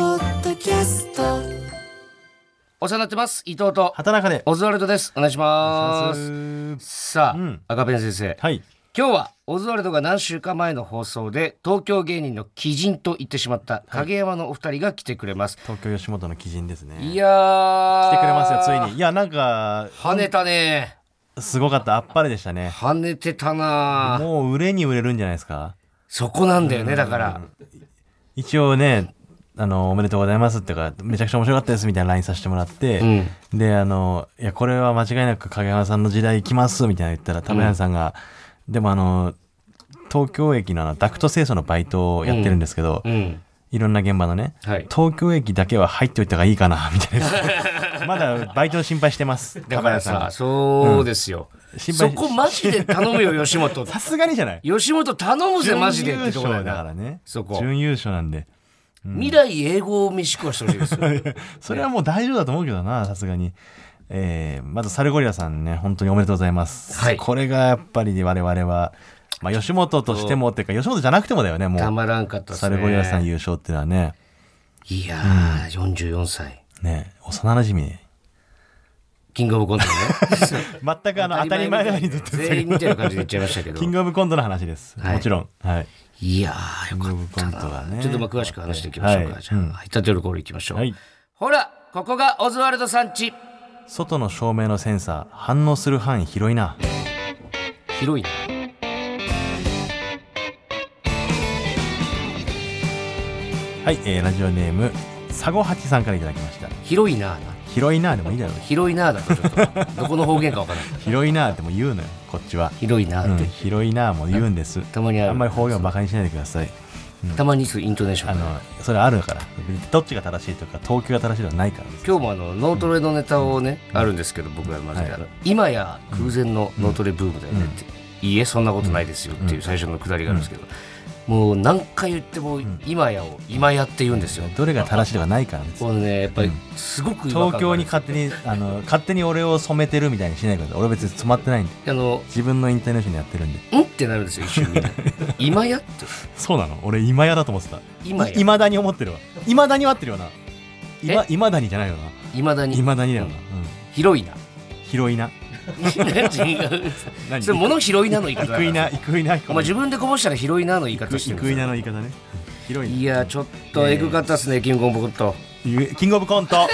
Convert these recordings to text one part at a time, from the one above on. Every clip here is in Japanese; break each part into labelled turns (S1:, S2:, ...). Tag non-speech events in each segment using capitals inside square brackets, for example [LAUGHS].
S1: キャスト
S2: お世話になってます伊藤と
S3: 畑中で
S2: オズワルドですお願いしま
S3: は
S2: すさあ、
S3: うん
S2: 赤ペン先生
S3: い
S2: 今日はオズワルドが何週か前の放送で東京芸人の鬼人と言ってしまった影山のお二人が来てくれます、
S3: 東京吉本の基人ですね
S2: い、やー
S3: 来てくれますよついにいやなんか
S2: 跳ねたね
S3: すごかったあっぱれでしたね
S2: 跳ねてたなー
S3: もう売れに売れるんじゃないですか
S2: そこなんだよねだから
S3: 一応ねあのおめでとうございますってかめちゃくちゃ面白かったですみたいな LINE させてもらって、であのいやこれは間違いなく影山さんの時代来ますみたいなの言ったら田辺さんが、でもあの東京駅のあのダクト清掃のバイトをやってるんですけど、
S2: うん、うん、
S3: いろんな現場のね、
S2: はい
S3: 東京駅だけは入っておいた方がいいかなみ [LAUGHS] たい
S2: [LAUGHS]
S3: なまだバイトの心配してます
S2: だから
S3: 高
S2: さ
S3: 橋
S2: そうですよ、
S3: 心
S2: そ
S3: 配
S2: こマジで頼む
S3: [LAUGHS]
S2: よ吉本
S3: さすがにじゃない
S2: 吉本頼むぜマジでってと
S3: 準
S2: こ
S3: 優
S2: だよ
S3: 勝
S2: な
S3: だからね
S2: そこ
S3: 準優勝なんで
S2: 未来英語を飯食わしてほしいですよ
S3: そ [LAUGHS] れはもう大丈夫だと思うけどなさすがに、えーまずサルゴリラさんね本当におめでとうございます、
S2: はい
S3: これがやっぱり我々は、まあ、吉本としてもっていうか吉本じゃなくてもだよねも
S2: た
S3: う
S2: まらんかったです
S3: サ
S2: ね
S3: ルゴリラさん優勝っていうのはね
S2: いやー、44歳
S3: ね幼なじみ
S2: キングオブコント [LAUGHS] のね
S3: 全くあの当たり前のようにずっと言
S2: 全
S3: ってたけ
S2: 員
S3: ど
S2: みたいな感じで言っちゃいましたけど
S3: キングオブコントの話です、
S2: はい
S3: もちろんはい
S2: いやーよ
S3: キング
S2: か
S3: オブコント
S2: った
S3: が
S2: な、
S3: ね
S2: ちょっとまあ詳しく話していきましょうか、
S3: はい
S2: じゃあ、
S3: うん
S2: ハイタテルコールいきましょう、
S3: はい
S2: ほらここがオズワルドさんち
S3: 外の照明のセンサー反応する範囲広いな
S2: 広いな
S3: はい、えーラジオネームサゴハチさんからいただきました
S2: 広いな
S3: 広いなでもいいだろう
S2: 広いなだとちょっとどこの方言かわからない
S3: 広いなでも言うのよこっちは、
S2: 広いな
S3: うん
S2: って、
S3: 広いなも言うんです
S2: たまにある
S3: あんまり方言をバカにしないでください
S2: たまにそういうイントネーショ
S3: あ
S2: ンが
S3: のそれあるからどっちが正しいとか東京が正しいとかないからです
S2: 今日もあの脳トレのネタをね、あるんですけど僕はまず、
S3: はい
S2: あの今や空前の脳トレブームだよねって、いいえそんなことないですよっていう最初のくだりがあるんですけど、もう何回言っても、今やを今やって言うんですよ、
S3: どれが正しいとかないからです
S2: これねやっぱりすごく違和感
S3: 東
S2: が
S3: 京
S2: ある
S3: に勝手にあの勝手に俺を染めてるみたいにしないでください俺別に染まってないんで
S2: あの
S3: 自分のインターネーションでやってるんで
S2: うんってなるんですよ一
S3: [LAUGHS]
S2: 瞬みんな今やって
S3: そうなの俺今やだと思ってた
S2: 今や
S3: いまだに思ってるわいまだに合ってるよな
S2: え
S3: いまだにじゃないよない
S2: まだに
S3: いまだにだよな、
S2: 広い
S3: [LAUGHS]
S2: な
S3: うん、広いな
S2: 違う
S3: 何
S2: それ物広いなの言い
S3: イ
S2: 方だか
S3: クイ
S2: ら
S3: ナイクイナイ
S2: お前自分でこぼしたら広いなの言い方して
S3: イ
S2: るん
S3: ク
S2: で
S3: イ
S2: す
S3: ナ
S2: よ
S3: の言い方ね広いない
S2: やちょっとエグかったっすねキングオブコント
S3: ゆキングオブコント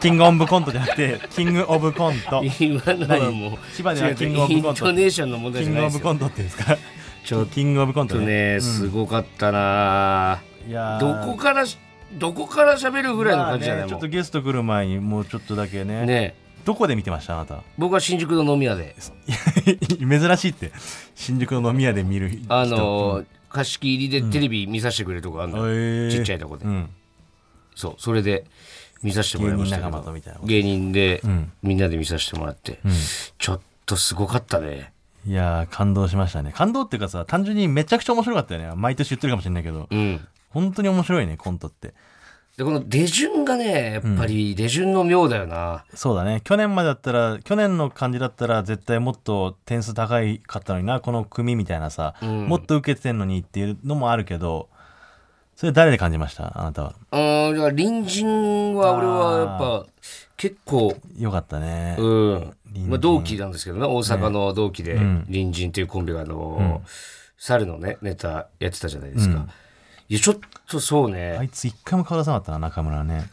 S3: キングオブコントじゃなくてキングオブコント
S2: 今のはもう
S3: 何千葉ではキングオブコント
S2: 違う違うイントネーションの問題
S3: キ
S2: じゃ
S3: ン
S2: ないで
S3: グオ
S2: すよ
S3: ブコントっていうんですか
S2: ちょっ
S3: キングオブコン
S2: と
S3: ト
S2: ねすごかったな
S3: うんいや
S2: どこからしどこから喋るぐ
S3: ぐ
S2: らいの感じじゃない
S3: ちょ
S2: も
S3: っ
S2: う
S3: とゲスト来る前にもうちょっとだけね
S2: ね
S3: どこで見てましたあなた [LAUGHS]
S2: 僕は新宿の飲み屋で
S3: 珍しいって新宿の飲み屋で見る人
S2: あのー貸し切りでテレビ見させてくれるとこあるの、ちっちゃいとこで
S3: うん
S2: そうそれで見させてもらいましたけど
S3: 芸人仲間とみたいなこと
S2: 芸人で、
S3: ん
S2: みんなで見させてもらって、ちょっとすごかったね
S3: いやー感動しましたね感動っていうかさ単純にめちゃくちゃ面白かったよね毎年言ってるかもしれないけど、
S2: うん
S3: 本当に面白いねコントって
S2: でこの出順がねやっぱり出順の妙だよな、
S3: そうだね去年までだったら去年の感じだったら絶対もっと点数高いかったのになこの組みたいなさ、
S2: ん
S3: もっと受けてんのにっていうのもあるけどそれ誰で感じましたあなたは
S2: うん、だから隣人は俺はやっぱ結構、
S3: よかったね、
S2: うん
S3: 人
S2: まあ、同期なんですけどね大阪の同期で隣人っていうコンビがあの、猿のねネタやってたじゃないですか、いやちょっとそうね、
S3: あいつ一回も顔出さなかったな中村ね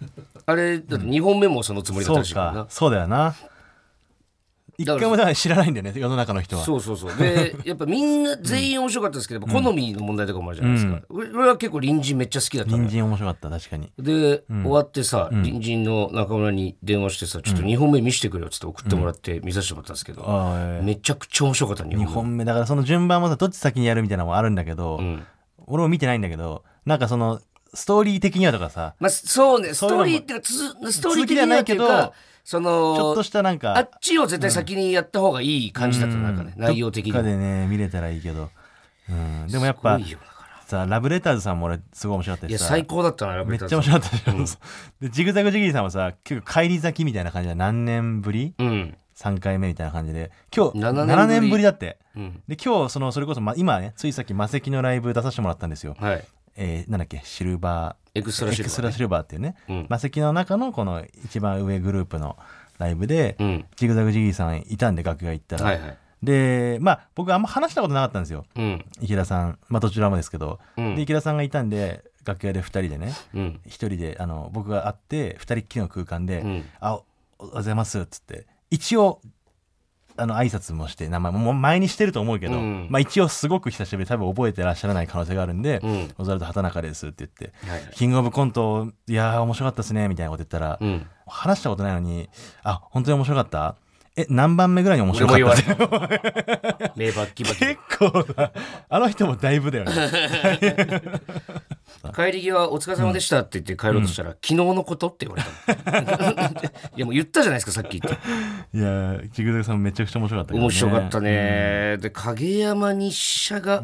S2: あれだって2本目もそのつもりだっ
S3: そ
S2: た
S3: う
S2: らしいからな
S3: かそうだよな一
S2: ら
S3: 回もだから知らないんだよね世の中の人は
S2: そうそうそうで
S3: [LAUGHS]
S2: やっぱみんな全員面白かったですけど、やっぱ好みの問題とかもあるじゃないですか、俺俺は結構隣人めっちゃ好きだったのよ
S3: 隣人面白かった確かに
S2: で、終わってさ、隣人の中村に電話してさ、ちょっと2本目見せてくれよっつって送ってもらって見させてもらったんですけど、
S3: あー
S2: めちゃくちゃ面白かった、2
S3: 2
S2: 本
S3: 本目だからその順番もさどっち先にやるみたいなのもあるんだけど、
S2: ん
S3: 俺も見てないんだけどなんかそのストーリー的にはとかさ
S2: まあ、そうね、ス
S3: そういう
S2: ト
S3: の
S2: ー
S3: も
S2: リーっていうか、つストーリー的にはっていう
S3: 続きではない
S2: か
S3: けど、
S2: そ
S3: ちょっ
S2: の
S3: と、したなん
S2: あっ
S3: か
S2: ちを絶対先にやった方がいい感じだった、なんかね、内容的
S3: どっか
S2: に。
S3: でね見れたらいいけど、うん、でもやっぱ
S2: すごいよだから
S3: さラブレターズさんも俺すごい面白かった
S2: い
S3: し
S2: や、
S3: さ
S2: 最高だったな、ラブ
S3: め
S2: レ
S3: っち
S2: ター
S3: ゃ
S2: ズ
S3: 面白かったじゃん、 [LAUGHS] でジグザグジギーさんもさ結構帰り咲きみたいな感じで何年ぶり、
S2: うん。
S3: 3回目みたいな感じで今日
S2: 7
S3: 7
S2: 年ぶ
S3: 年
S2: り
S3: ぶりだって
S2: うん。
S3: で今日そのそれこそ、ま、今ねついさっき魔石のライブ出させてもらったんですよ
S2: はい。
S3: えーなんだっけシルバー
S2: エクストラシルバーね
S3: エクストラシルバーっていうね、
S2: うん
S3: マセキの中のこの一番上グループのライブで、
S2: うん
S3: ジグザグジギーさんいたんで楽屋行ったら、
S2: はいはい
S3: でまあ僕あんま話したことなかったんですよ
S2: うん
S3: 池田さんまあどちらもですけど、
S2: うん
S3: で池田さんがいたんで楽屋で2人でね
S2: うん
S3: 1人であの僕が会って2人っきりの空間で
S2: う
S3: 「
S2: ん
S3: あおおはようございます」っつって一応あの挨拶もして名前ももう前にしてると思うけど、
S2: うん
S3: まあ、一応すごく久しぶり多分覚えてらっしゃらない可能性があるんで「
S2: うん
S3: オズワルド畑中です」って言って「
S2: はいはい
S3: キングオブコントいやー面白かったですね」みたいなこと言ったら、
S2: うん
S3: 話したことないのに「あ本当に面白かったえ何番目ぐらいに面白かった?」
S2: 俺も言
S3: [LAUGHS]
S2: われ目バッキバキ
S3: 結構なあの人もだいぶだよ
S2: [LAUGHS]
S3: ね
S2: 帰り際お疲れ様でしたって言って帰ろうとしたら、昨日のことって言われた
S3: [LAUGHS]
S2: のいやもう言ったじゃないですかさっき言って
S3: いやージグザグさんめちゃくちゃ面白かったけどね
S2: 面白かったね、で影山日射が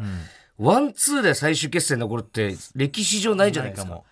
S2: ワンツーで最終決戦残るって歴史上ないじゃないですか
S3: も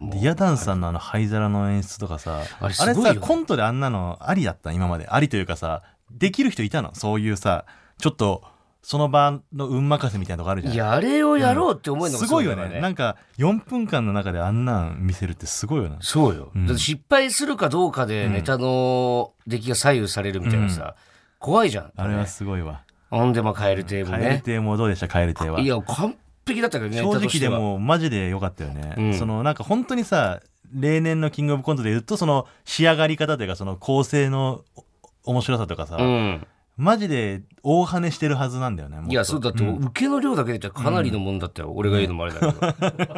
S3: リアダンさんのあの灰皿の演出とかさ
S2: あれす
S3: あ
S2: ごい
S3: れ
S2: よね
S3: さコントであんなのありだった今までありというかさできる人いたのそういうさちょっとその場の運任せみたいなとこあるじゃん
S2: いやあれをやろうって思うのが
S3: すごいよ
S2: だ
S3: ね
S2: ら
S3: なんか4分間の中であんなん見せるってすごいよね
S2: そうよ、
S3: うん
S2: だって失敗するかどうかでネタの出来が左右されるみたいなさ、怖いじゃん
S3: あれはすごいわ
S2: ほんでまあカエルテーブル
S3: 蛙
S2: ね
S3: 亭もどうでした蛙亭はい
S2: や完璧だったけどね
S3: 正
S2: ネタとして
S3: 直で
S2: は
S3: もマジで良かったよね、
S2: うん
S3: そのなんか本当にさ例年の「キングオブコント」で言うとその仕上がり方というかその構成のお面白さとかさ、
S2: うん
S3: マジで大跳ねしてるはずなんだよねもっと
S2: いやそうだって受けの量だけで言ったらかなりのもんだったよ、俺が言うのもあれだけど、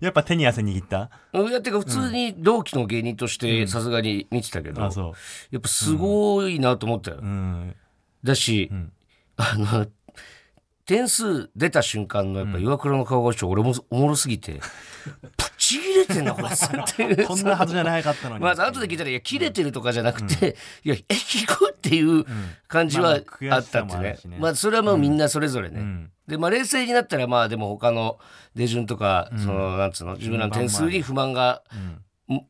S3: やっぱ手に汗握った
S2: [LAUGHS] うんいやてか普通に同期の芸人としてさすがに見てたけど、
S3: あそ
S2: やっぱすごいなと思ったよ、
S3: ううん
S2: だし、あの点数出た瞬間のやっぱ岩倉の顔がちょっと俺もおもろすぎ
S3: [LAUGHS]
S2: てプチ切れてんなこれっていう
S3: こんなはずじゃなかったのに、
S2: まず後で聞いたらいや切れてるとかじゃなくて、いやえ聞こうっていう感じは
S3: まあ
S2: あ
S3: 悔
S2: っ
S3: したさ
S2: って
S3: もあ
S2: ね,、
S3: る
S2: ま
S3: し
S2: あ
S3: ね
S2: それはもうみんなそれぞれね、
S3: ん
S2: でまあ冷静になったらまあでも他の出順とか、そのなんつうの自分らの点数に不満が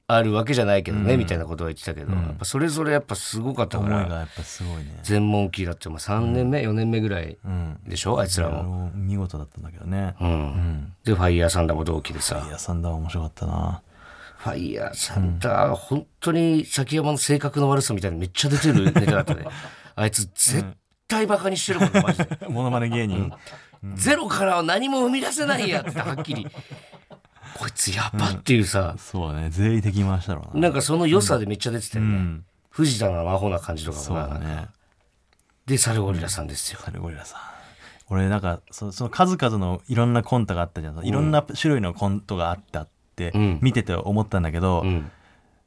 S2: あるわけじゃないけどね、みたいなことは言ってたけど、やっぱそれぞれやっぱすごかったか
S3: 思い
S2: ら、
S3: がやっぱすごいね
S2: 全問期だってまあ3年目、4年目ぐらい
S3: うん
S2: でしょあいつらも、
S3: あの見事だったんだけどね、
S2: うんでファイヤーサンダーも同期で
S3: い
S2: さ
S3: やサンダー面白かっ
S2: [LAUGHS]
S3: たな
S2: ファイヤーサンダー、本当に崎山の性格の悪さみたいにめっちゃ出てるネタだった [LAUGHS] ねあいつ絶対バカにしてるもんねマジで、
S3: モノマネ芸人
S2: ゼロからは何も生み出せないやってはっきりこいつやばっていうさ、
S3: そうだね全員敵回したろうな
S2: なんかその良さでめっちゃ出てたよね、藤田のアホな感じとか
S3: そ
S2: も
S3: う
S2: な
S3: だね
S2: でサルゴリラさんですよ、
S3: サルゴリラさん俺なんかそその数々のいろんなコントがあったじゃんいろんな種類のコントがあったって
S2: ん
S3: 見てて思ったんだけど、
S2: うん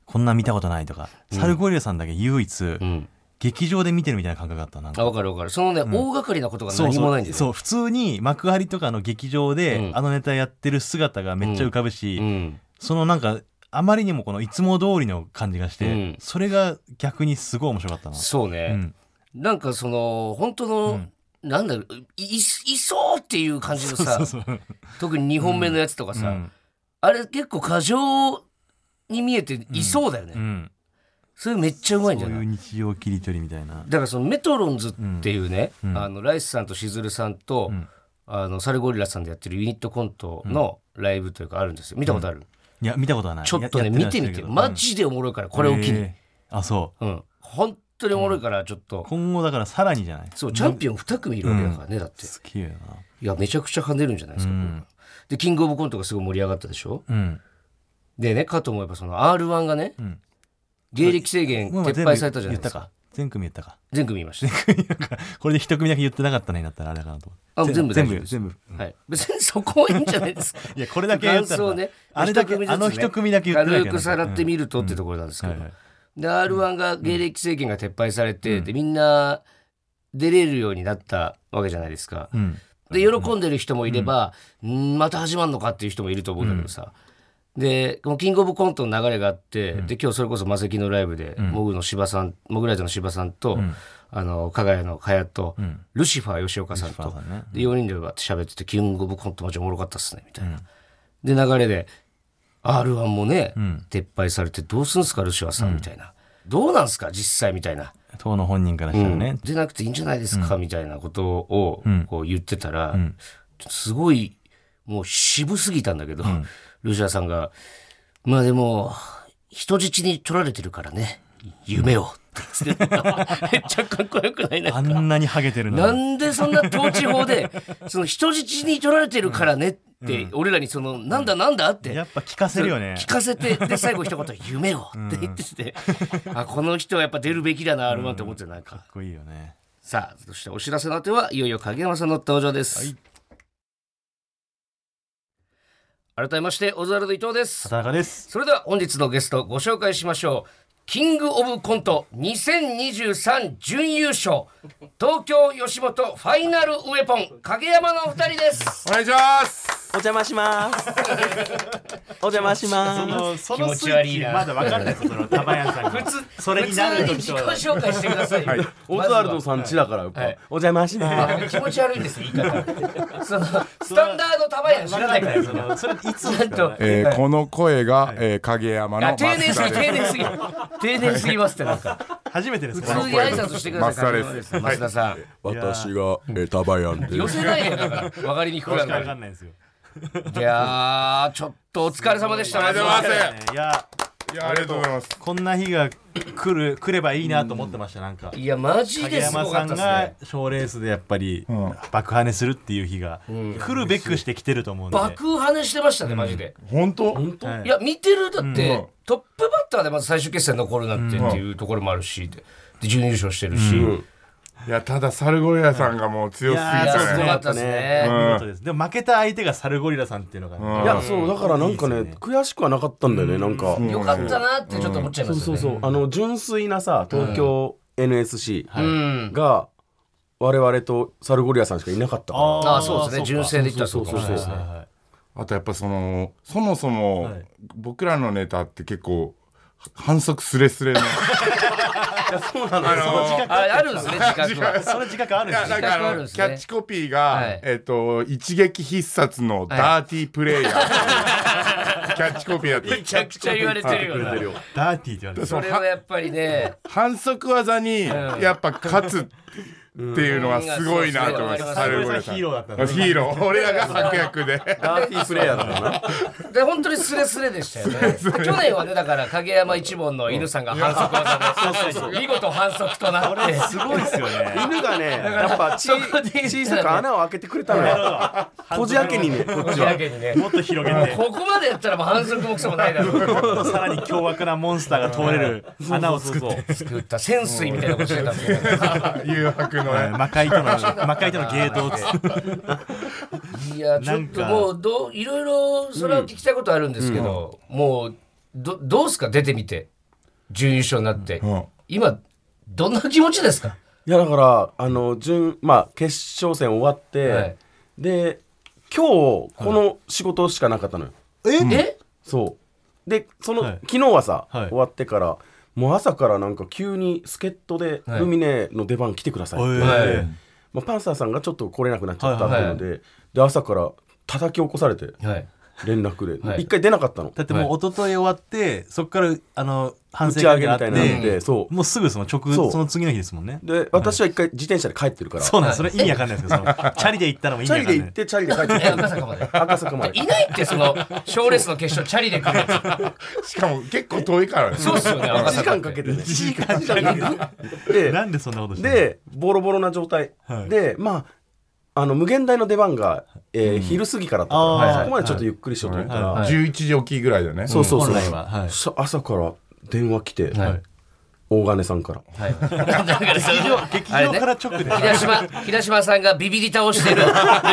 S3: こんな見たことないとか、サルゴリラさんだけ唯一、
S2: うん、
S3: 劇場で見てるみたいな感覚があったなん
S2: あ
S3: か
S2: 分かる分かるそのね、大掛かりなことが
S3: そう
S2: 何
S3: そ
S2: もな
S3: う
S2: いんですよ
S3: そう普通に幕張とかの劇場で、
S2: うん
S3: あのネタやってる姿がめっちゃ浮かぶし、
S2: うん
S3: そのなんかあまりにもこのいつも通りの感じがして、
S2: うん
S3: それが逆にすごい面白かったな。
S2: そうね、
S3: うん
S2: なんかその本当の、なんだろういいいそうっていう感じのさ
S3: そうそう
S2: 特に2本目のやつとか
S3: う
S2: さ、
S3: ん
S2: あれ結構過剰に見えていそうだよね、
S3: うん、
S2: それめっちゃうまいんじ
S3: そ
S2: ゃ
S3: う
S2: ない
S3: いう日常切り取りみたいな。
S2: だからそのメトロンズっていうね、
S3: うんうん
S2: あのライスさんとしずるさんと、
S3: ん
S2: あのサルゴリラさんでやってるユニットコントのライブというかあるんですよ見たことある、
S3: いや見たことはない
S2: ちょっとね
S3: やや
S2: 見
S3: って
S2: て
S3: ない
S2: みて
S3: ですけど
S2: マ
S3: うん
S2: ジでおもろいからこれを機に、
S3: えーあそう
S2: うん本当におもろいからちょっと、
S3: 今後だからさらにじゃない
S2: そうチャンピオン2組いるわけだからね、だって
S3: 好きやない
S2: やめちゃくちゃ跳ねるんじゃないですか、これはでキングオブコントがすごい盛り上がったでしょ
S3: うん
S2: でねかと思えばその r 1がね、
S3: ん
S2: 芸歴制限
S3: もう
S2: 撤廃されたじゃないですか
S3: 全部言ったか [LAUGHS]
S2: 全組言いました、
S3: 全組言ったかこれで一組だけ言ってなかったねになったらあれだかなと思って
S2: あ全部
S3: 全
S2: 大丈夫
S3: 部
S2: です
S3: 全部
S2: はい、別にそこはいいんじゃないですか
S3: いやこれ [LAUGHS] だけやった
S2: 感想を
S3: ら
S2: ね
S3: あれだけ
S2: 一組ずつね
S3: あの一組だけ言ってない
S2: 軽
S3: けど
S2: くさらってみるとってところなんですけど、で r 1が芸歴制限が撤廃されて、でみんな出れるようになったわけじゃないですか、
S3: うん
S2: で喜んでる人もいれば、んーまた始まるのかっていう人もいると思うんだけどさ、でこのキングオブコントの流れがあって、で今日それこそマセキのライブで、モグの芝さんモグライダーの芝さんと、あの加賀谷の加谷と、
S3: ん
S2: ルシファー吉岡さんと
S3: ルシファーさんね
S2: で4人でわーって喋ってて「キングオブコントマジおもろかったっすね」みたいな。で流れで r 1もね、撤廃されて「どうすんすかルシファーさん」みたいな「どうなんすか実際」みたいな。
S3: 当の本人からしたらね
S2: 出なくていいんじゃないですか、みたいなことをこう言ってたら、すごいもう渋すぎたんだけど、ルシアさんが、まあでも、人質に取られてるからね、夢を。 [LAUGHS] って言ってためっちゃかっこよくないなんか
S3: あんなにハゲてる
S2: な
S3: のに
S2: んでそんな統治法で、その人質に取られてるからねって、俺らにその、なんだなんだって。
S3: やっぱ聞かせるよね
S2: 聞かせて、で、最後一言、夢をって言ってて、あ、この人はやっぱ出るべきだな、R1 って思ってなんか
S3: か。っこいいよね
S2: さあ、そしてお知らせの後はいよいよ影山さんの登場です。改めまして、オズワルド伊藤です。
S3: 畑中です
S2: それでは本日のゲストご紹介しましょう。キングオブコント2023準優勝、東京吉本ファイナルウェポン、影山のお二人です。
S1: お願いします
S4: お邪魔します。お邪魔し
S1: そ
S4: ま
S1: のそ
S2: 気
S1: の
S2: 持
S1: ス
S2: ち
S1: イ
S2: 悪
S1: ッ
S2: い
S1: チ
S2: な
S1: まだ分かんないですよその玉屋さんがそれになる
S2: 普通に
S1: 時
S2: 自
S1: と
S2: 己
S1: は
S2: 紹介してくださいよ。
S4: オズワルドさんちだから、やっぱ
S2: はい
S4: お邪魔し
S2: ま
S4: ま
S2: ずは気持ち悪いんです、言い方。その、スタンダード玉や知らないから、その、それいつなんと。
S1: えーこの声が、えー影山の
S2: あ
S1: マス
S2: 丁寧す
S1: カ
S2: ぎ、丁
S1: で
S2: 寧すぎ。丁寧すぎ [LAUGHS] ますって、なんか。
S3: 初めてです
S2: 普
S3: この
S2: 通に挨拶してください。
S1: マス
S2: 田増田さん。
S1: 私が、えー、タバヤンで
S2: 寄せないよ、だから。分かりにくくな
S3: 声わ
S2: る
S3: かんないですよ
S2: いやー、ちょっとお疲れ様でした。
S1: ありがとうございます
S3: いや
S1: いやありがとうございます
S3: こんな日が来る来ればいいなと思ってましたなんか
S2: いや、マジ
S3: 影
S2: です
S3: 山
S2: ご
S3: さ
S2: か
S3: ん
S2: ったです
S3: が
S2: ね。
S3: 賞レースでやっぱり爆跳ねするっていう日が来るべくしてきてると思うんで
S2: 爆跳ねしてましたね、マジで。
S1: 本当
S3: はい
S2: いや、見てる、だっ
S1: う
S2: て
S1: ん、
S2: トップバッターでまず最終決戦残るなんてっていうところもあるし、で、準優勝してるし。
S1: いやただサルゴリラさんがもう
S3: い
S1: 強すぎ
S2: い
S1: た
S2: や、
S3: や
S1: ね
S2: すごかったですね。
S3: 見事ですでも負けた相手がサルゴリラさんっていうのが
S4: す。いや、そう、だからなんかね、悔しくはなかったんだよね、なんか。
S2: よかったなってちょっと思っちゃい
S4: そ
S2: ま
S4: う
S2: す
S4: そ
S2: よ
S4: う
S2: ね。
S4: そう。あの、純粋なさ、東京 NSC
S2: うん。
S4: が、我々とサルゴリアさんしかいなかったから。
S2: ああ、そうですね。純正で言ったらそうかもしれないです
S3: は
S2: ね
S3: い。は
S1: あとやっぱそのそもそも、
S3: はい
S1: 僕らのネタって結構反則スレス
S3: [LAUGHS]
S1: レの
S3: いその自覚
S2: ああるんですね、自覚は。 [LAUGHS]
S3: その自覚あるん
S1: い
S3: ですよ
S1: やな
S2: 自
S1: んかあ
S2: 覚あるん
S1: の、
S2: です
S1: キ
S2: ね
S1: ャッチコピーが、
S2: はい
S1: えっ、と一撃必殺のダーティープレイヤー、キャッチコピーだった
S2: めちゃくちゃ言われてるよな。
S3: ダーティーって言われてる
S1: そ
S2: そ
S1: の
S2: れはやっぱりね、
S1: 反則技にやっぱ勝つっていうのはすごいなと思いま
S2: うん
S1: す。
S2: うん
S1: サルゴリ
S3: 俺
S1: ラ
S3: さん
S1: さん
S3: ヒーローだったん
S1: ヒーロー。俺らが悪役で。
S4: ダーティープレイヤーだからな。
S2: で本当にスレスレでしたよね。去年はね、だから影山一門の犬さんが反則技で、見事反則となって。
S3: すごいですよね
S4: 犬がね、やっぱち
S2: [LAUGHS] そこで
S4: 小さく穴を開けてくれたのよ。こじ開けにね、こっち
S2: 明ら
S4: は。
S2: かにね
S3: もっと広げて
S2: ここまでやったらもう反則もくそもないだ [LAUGHS] ろう。
S3: さらに凶悪なモンスターが通れる穴を作って
S2: 作った潜水みたいなことしてたもんね。
S1: 誘惑のね。
S3: 魔界との魔界とのゲートを作って
S2: いやちょっともうどういろいろそれは聞きたいことあるんですけど、もうどどうすか出てみて準優勝になって、
S1: ん
S2: 今どんな気持ちですか、
S4: いやだからあの準まあ決勝戦終わって、
S2: はい
S4: で今日この仕事しかなかったのよ、
S2: え
S4: そうでその、
S3: はい
S4: 昨日はさ、
S3: はい
S4: 終わってからもう朝からなんか急に助っ人で、
S2: はい
S4: ルミネの出番来てくださいって言われて、
S2: はい
S4: まあ、パンサーさんがちょっと来れなくなっちゃった
S3: はい
S2: はい
S4: ので、で朝から叩き起こされて
S2: はい
S4: 連絡
S3: [LAUGHS]
S4: で、
S2: はい
S4: 一回出なかったの
S3: だってもう一昨日終わってそこからあの反
S4: 打
S3: 省
S4: ち上
S3: 会
S4: げ
S3: があ
S4: み
S3: ったて
S4: いなので、そう
S3: もうすぐその直
S4: そう
S3: その次の日ですもんね
S4: で私は一回自転車で帰ってるから、
S3: そうなんですそれ意味わかんないですけどそのチャリで行ったのも意
S4: チ
S3: 味
S4: ャ
S3: わか
S4: リ
S3: ん
S4: で行
S3: な
S4: っ
S3: い
S4: てチャリで帰って
S2: え
S4: くる
S2: 赤坂まで
S4: 赤坂まで
S2: いないってその賞レースの決勝チャリで来るや
S1: [LAUGHS] しかも結構遠いからね。
S2: つそうっすよね
S4: 1
S2: 赤
S4: 時
S2: 坂
S4: 間かけてね
S3: 一時間チャリ
S4: で
S3: なんでそんなことして
S4: でボロボロな状態、
S3: はい
S4: でまああの無限大の出番が、えー昼過ぎからだったか
S3: あー
S4: ら、そこまでちょっとゆっくりしようと思ったら、
S3: はい
S1: 十一時起きぐらいだね。
S4: そうそうそう、
S3: 本来ははい
S4: さ朝から電話来て、
S2: はい
S4: 大金さんから
S2: はい、だからその
S3: 劇
S2: あれ
S3: 場
S2: ね
S3: から直で
S2: 平島平島さんがビビり倒してる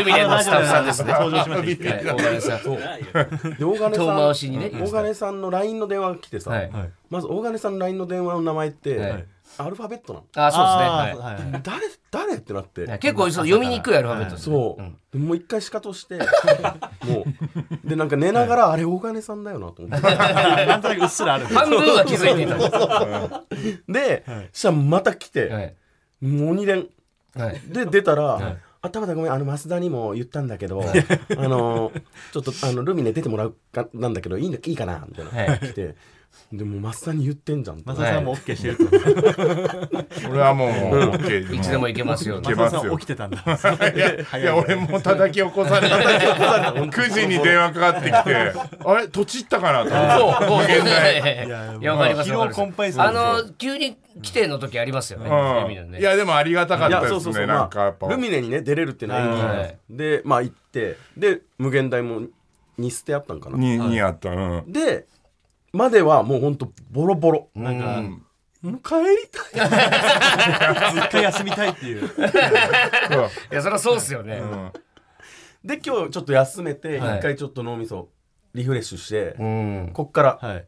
S2: ルミネのスタッフさんです
S3: [LAUGHS]
S2: ね。
S3: 登場しまし
S2: はい大金さん
S4: で大金さん
S2: 遠回しにね
S4: 大金さんの LINE の電話が来てさ、
S2: はい
S3: たはい
S4: まず大金さんの LINE の電話の名前って、
S2: はい
S4: アルファベットなの
S2: あそうですね、はい
S3: あー
S4: 誰誰ってなって、
S2: 結構そう読みにくいアルファベットですね
S4: そう、でもう一回シカとして [LAUGHS] もうでなんか寝ながら、あれ大金さんだよなと思って
S3: はいなんとなくうっすらあるんです
S2: 半分は気づいていたんです
S4: で、したらまた来て、
S2: はい
S4: もう2連
S2: はい
S4: で出たら、あたまたごめんあの増田にも言ったんだけど、 [LAUGHS] あのちょっとあのルミネ出てもらうかなんだけどいいのいいかなみたいな、
S2: はい
S4: 来てでもマスさんに言ってんじゃん
S3: マ
S4: マ
S3: サさんも OK してると思う。
S1: 俺はもう OK
S2: いつでも行けますよ
S1: いけ
S3: マ
S1: ま
S3: サ
S1: す
S3: さ
S1: よ
S3: ん起きてたんだ。
S1: [LAUGHS]
S3: 早い
S1: いやいや俺も叩き起こされた9時に電話かかって [LAUGHS] きてあれ土地行ったかなと思って
S2: そう、そう、そう、
S3: いや
S2: いや、わかります。
S3: 疲労
S2: わかります
S3: 困憊する
S2: あの、急に来ての時ありますよね。そういう意味で
S1: うん
S2: ね
S1: いやでもありがたかっ
S4: い
S1: た
S4: や
S1: ですね
S4: そうそうそう、
S1: なんかやっぱ、
S4: まあ、ルミネにね出れるっていうのは縁起なんです
S2: は
S4: でまあ行ってで無限大もに捨てあったんかな
S1: ににあったうん
S4: でまではもうほんとボロボロ
S2: なんか、
S4: もう帰りたい
S3: ずっと休みたいっていう。
S1: そう
S2: いや、そりゃそうっすよね。
S4: で今日ちょっと休めて一、
S2: はい
S4: 回ちょっと脳みそリフレッシュして、
S2: うん。
S4: こっから、
S3: はい。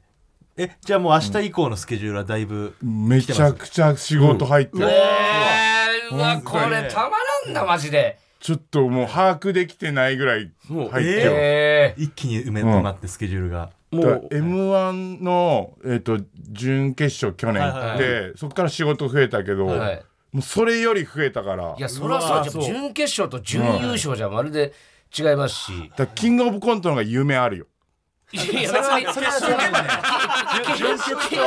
S3: え、じゃあもう明日以降のスケジュールはだいぶ。
S1: めちゃくちゃ仕事入ってる、
S2: えー、うわ、
S3: 本
S2: こ
S3: 当に
S2: れたまらんな、マジで。
S1: ちょっともう把握できてないぐらい入
S4: もう
S1: ってる、
S2: え
S3: 一気に埋めとなってスケジュールが。
S4: もう
S1: m 1の、えっと準決勝去
S3: はいはいは
S1: 年
S3: い
S1: で、そっから仕事増えたけど、
S2: はい
S1: もうそれより増えたから
S2: ー。いや、そりゃそうじゃん、準決勝と準優勝じゃまるで違いますし。
S1: だからキングオブコントの方が夢あるよ
S2: いや、別に、それは別に、全然
S1: キン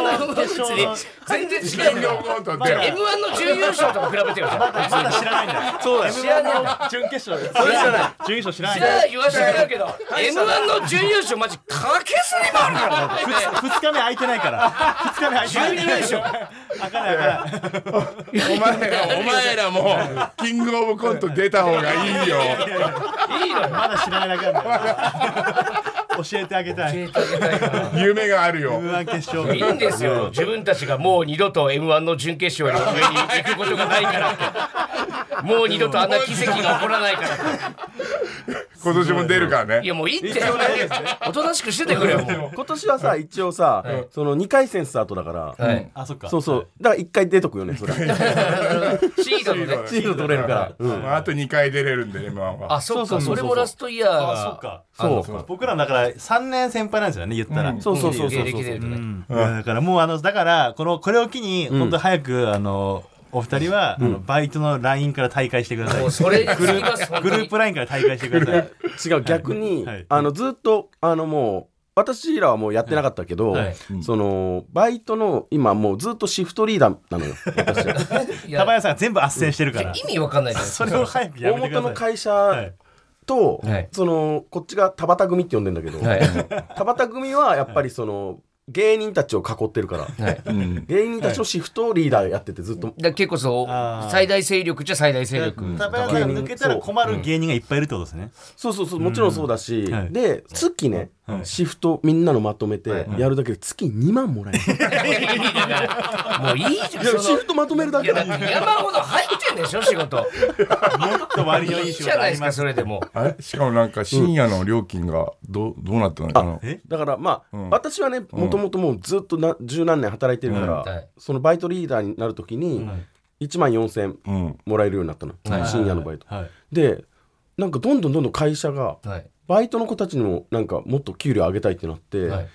S2: 違う
S1: グオ
S2: よ
S1: ブ。コントっ
S2: M1
S1: て
S2: の準優勝とか比べてよ。じゃあ
S3: まだ知らないんだ。
S4: そうだよ
S2: 知らない。
S3: 準決勝。それじゃない。準優勝知らな
S2: じ
S3: いんだ
S2: ゃあ言わせてもらうけど M1 の準優勝マジかけすぎもあるからね [LAUGHS]
S3: 二日目空いてないから。二日目空いてない。
S2: 準優勝 [LAUGHS]
S3: 開かない開かない。
S1: お前らお前らもキングオブコント出た方がいいよ
S2: いいのよ
S3: まだ知らないだけなんだよ。教えてあげた [LAUGHS] い。
S1: 夢があるよ
S3: M1 決勝。
S2: いいんですよ自分たちがもう二度と M1 の準決勝より上に行くことがないからってもう二度とあんな奇跡が起こらないからって
S1: 今年も出るから
S2: い
S1: ね
S2: やもういいっておとなしくしててくれよも
S4: 今年はさ一応さ、その2回戦スタートだから、
S2: うはい
S3: あ、そっか。
S4: そうそうだから1回出とくよねそれは
S2: シードのね
S4: チーム取れるから、うん
S1: まあ、あと2回出れるんで M1 は
S2: あそう
S4: そうそ
S2: か
S4: うそうそう
S2: それもラストイヤー
S3: あ、そっ
S2: が
S3: か。
S2: そう
S1: そう
S3: 僕らだから3年先輩なんですよね言ったら、
S1: うん
S4: そうそうそうそう
S2: 芸歴で言うとね
S3: いやだからもうあのだからこのこれを機に本当早く、あのお二人は、あのバイトの LINE から退会してください
S2: もうそれ次はそん
S3: グ
S2: な
S3: ル
S2: に
S3: ープ LINE から退会してください
S4: 違う逆に、
S3: はい
S4: あのずっとあのもう私らはもうやってなかったけど、
S3: はい
S4: そのバイトの今もうずっとシフトリーダーなのよ私は
S2: い
S3: 田
S2: や
S3: 林さんが全部斡旋してるから、
S2: 意味わかんないじゃないです
S3: [LAUGHS] そ
S2: か
S3: れを早く [LAUGHS] や
S4: 大
S3: めてく
S4: 元
S3: ださい
S4: の会
S3: は
S4: 社
S3: い
S4: と、
S2: はい
S4: そのこっちが田畑組って呼んでんだけど、
S2: はい
S4: 田畑組はやっぱりその芸人たちを囲ってるから
S2: はい
S1: うん
S4: 芸人たちのシフトリーダーやっててずっと、
S2: だから結構そう
S3: あー
S2: 最大勢力じゃ最大勢力
S3: 田林さんが抜けたら困る芸人がいっぱいいるってことですね、
S4: そうそうそうもちろんそうだし、
S3: はい
S4: で月ね、
S3: はい
S4: シフトみんなのまとめてやるだけで月2万もらえる、
S2: もういいじゃん
S4: いやシ
S2: その
S4: フトまとめるだ
S2: い
S4: け
S2: や
S4: で
S2: だって山ほど入ってんでしょ仕事
S3: もっと割のい
S2: い
S3: い
S2: い
S3: 仕
S2: じゃ
S3: 事
S2: な
S3: あ
S2: いで
S3: り
S2: す
S3: ま
S2: か
S3: す
S2: それでも
S1: あれしかもなんか深夜の料金がど,、うどうなったのかな
S3: え
S4: だからまあ、
S1: うん
S4: 私はねもともともうずっとな十何年働いてるから、
S2: うんはい
S4: そのバイトリーダーになる時に1万4千
S1: うん
S4: もらえるようになったの、
S2: はい
S4: 深夜のバイト、
S3: はい
S4: でなんかどんどんどんどん会社が
S2: はい
S4: バイトの子たちにもなんかもっと給料上げたいってなって、
S2: はい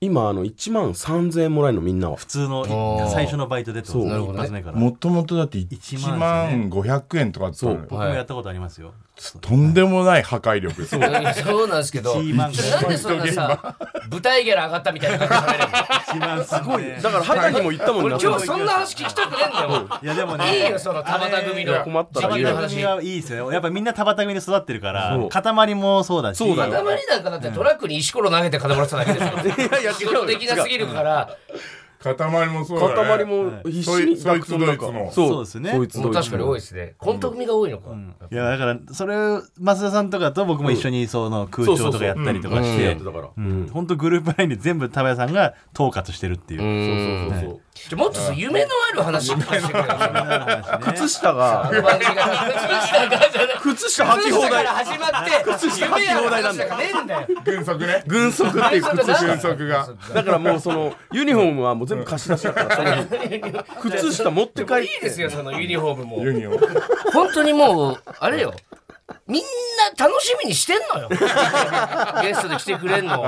S4: 今あの1万3000円もらえるのみんなは
S3: 普通の
S2: おー
S3: 最初のバイトでってこと
S4: そう
S2: なるほど
S3: 一
S2: ね
S3: 発目から
S1: もともとだって
S3: 一
S1: 1
S3: 万
S1: 万500円とかだったのよ
S3: 僕もやったことありますよ、
S1: とんでもない破壊力です
S2: いやそうなんですけどそれ
S3: 一万五
S2: なんでそんなさ舞台ギャラ上がったみたいな感じで喋れる
S3: 一番すごい
S4: だから原田にも言ったもん
S2: の
S4: な
S2: 俺今日そんな話聞きたくねえんだよ
S3: いやでも
S2: い
S3: ね
S2: いよその田畑組の
S4: 困った
S2: 自
S4: ら
S3: 田
S2: 分
S4: 言え
S2: の
S4: よ
S3: 畑組
S2: 話
S3: はいいですよねやっぱみんな田畑組で育ってるか
S4: そ
S3: ら
S4: う
S3: 塊もそうだし
S4: そうだよ
S2: 塊なんかだってトラックに石ころ投げて固まらせただけですよ
S4: いやいや違う
S2: 仕事できなすぎるから
S1: 塊もそうだね
S4: 塊も必死
S1: はい
S4: に
S1: そい
S4: 抱きつんだから
S1: そいつ
S3: そ
S1: ドイツの
S3: うですね
S4: そいつ
S2: も
S4: ド
S2: う
S4: イツの
S2: 確かに多いですねコント組が多いのか
S3: いやだからそれ増田さんとかと僕も一緒にその空調とかやったりとかし
S4: やっててたから、
S3: 本当グループラインで全部田辺さんが統括してるっていう [LAUGHS] う。
S2: ん
S4: そうそうそう
S2: じゃあもっとその夢のある話聞かせてくれよ
S4: 靴下が
S2: あの番組が靴下がじゃない
S4: 靴下履き放
S2: 靴下か
S4: 題
S2: ら始まって
S4: 下履
S2: 夢
S4: き
S2: ある
S4: 放題なん
S2: 話
S4: だ
S2: なんかね
S4: よ
S2: えんだよ
S1: 軍足ね
S4: 軍足ってい
S2: 軍
S4: う
S2: 足
S4: 靴
S2: だ
S4: 下
S1: 軍足が
S4: だからもうそのユニフォームはもう全部貸し出しだからその日靴下持って帰っ
S2: いいです
S4: て
S2: よそのユニフォームも
S1: ユニオン
S2: 本当にもうあれよみんな楽しみにしてんのよゲストで来てくれんのを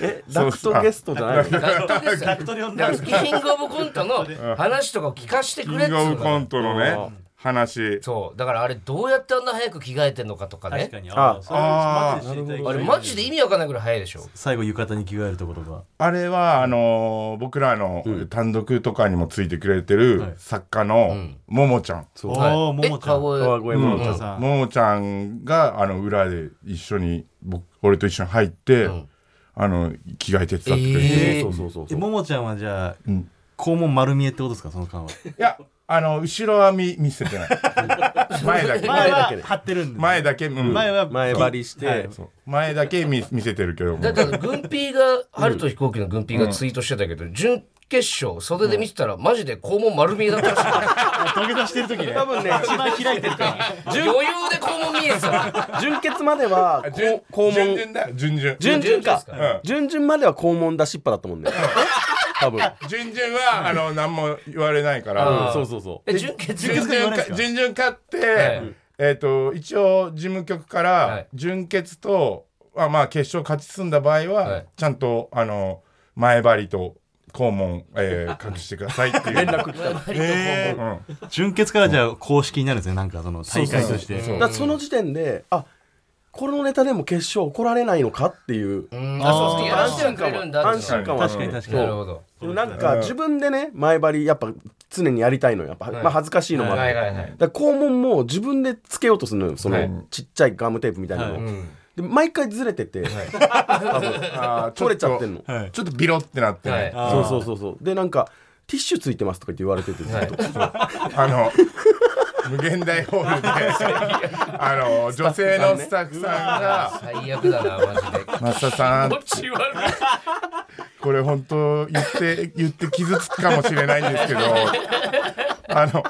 S4: えダクトゲストじゃないの
S2: 本当ですよ
S3: タクトリオンダンス
S2: キングオブコントの話とかを聞かせてく
S1: キ
S2: れっ
S1: ン
S2: つう
S1: グオブコ
S2: の
S1: ントのね話
S2: そうだからあれどうやってあんな早く着替えてんのかとかね
S3: 確かに
S4: あ
S3: それマジで知りたい
S2: あれマジで意味わかんないぐらい早いでしょ
S3: 最後浴衣に着替えるところが
S1: あれはあのー僕らの単独とかにもついてくれてる作家のももちゃん、
S4: お
S2: はい
S3: おーももちゃん
S2: え
S4: 川
S2: 川
S4: 越
S2: 越
S4: も
S1: も
S4: も
S1: も
S4: ち
S1: ち
S4: ゃ
S1: ゃ
S4: ん
S1: ん
S3: さん
S1: ももちゃんがあの裏で一緒に僕俺と一緒に入って、あの着替え手伝ってくれて、
S2: えー
S4: そうそうそう
S3: え
S4: そう
S3: ももちゃんはじゃあ
S1: うん
S3: 肛門丸見えってことですかその間はい
S1: やあの後ろは見見せ
S3: [LAUGHS]
S1: てない前だけ
S3: 前
S4: だ
S3: は
S4: けで
S3: 張ってるんで
S1: 前だけ、うん
S3: 前は
S4: 前張りして、
S3: はい
S1: そう前だけ見見せてるけども
S2: だってあの軍艇が春と飛行機の軍艇がツイートしてたけど、準決勝袖で見てたらマジで肛門丸見えだったらしい
S3: 土下座してる時ね
S4: 多分ね
S3: 一番開いてるから
S2: 余裕で肛門見えてた
S4: 純潔までは
S1: 順
S4: こう
S1: 順
S4: 肛門
S1: 々だ順々
S2: 順
S4: 順々か
S1: 々ですか
S4: 順々までは肛門出しっぱだったもんね多分
S1: 順々はあの何も言われないから、
S4: そうそうそう
S2: え準決
S1: 準
S3: 決勝言わないで
S1: 々か
S3: すか
S1: 準々勝って、
S2: はい
S1: えっ、と一応事務局か
S2: は
S1: ら
S2: い
S1: 準決と、あまあ決勝勝ち進んだ場合は、
S2: はい
S1: ちゃんとあの前張りと肛門、えー、隠してくださいって
S3: [LAUGHS]
S1: いう連絡、
S3: え
S1: うん、
S3: ー純潔からじゃあ公式になるんですねなんかその大会として
S4: だからその時点であこのネタでも決勝怒られないのかっていう
S2: うんあそうそう
S3: あー
S2: 安心感くれるんだ
S4: 安心感はあ
S3: 確かに確か
S2: な
S3: に
S2: るほど
S4: でもなん
S1: う
S4: か
S1: ん
S4: 自分でね前張りやっぱ常にやりたいのよやっぱ、
S2: はい
S4: まあ恥ずかしいのもある、
S2: はいはいはい
S4: だから肛門も自分でつけようとするのよその、
S1: はい
S4: ちっちゃいガムテープみたいなの、
S3: は
S2: うん
S4: で毎回ずれてて、多分
S1: あー
S4: 取れちゃってん
S1: の
S4: の
S3: はい
S1: ちょっとビロってなってね、
S2: はい
S4: そうそうそうそうでなんかティッシュついてますとか言って言われててずっと、
S1: あの無限大ホールで
S2: [LAUGHS]
S1: あの女性のスタッフさんが
S2: 最悪だなマジで
S1: 「松田さん
S2: こっち悪い
S1: これ本当言って言って傷つくかもしれないん
S2: [LAUGHS]
S1: ですけどあの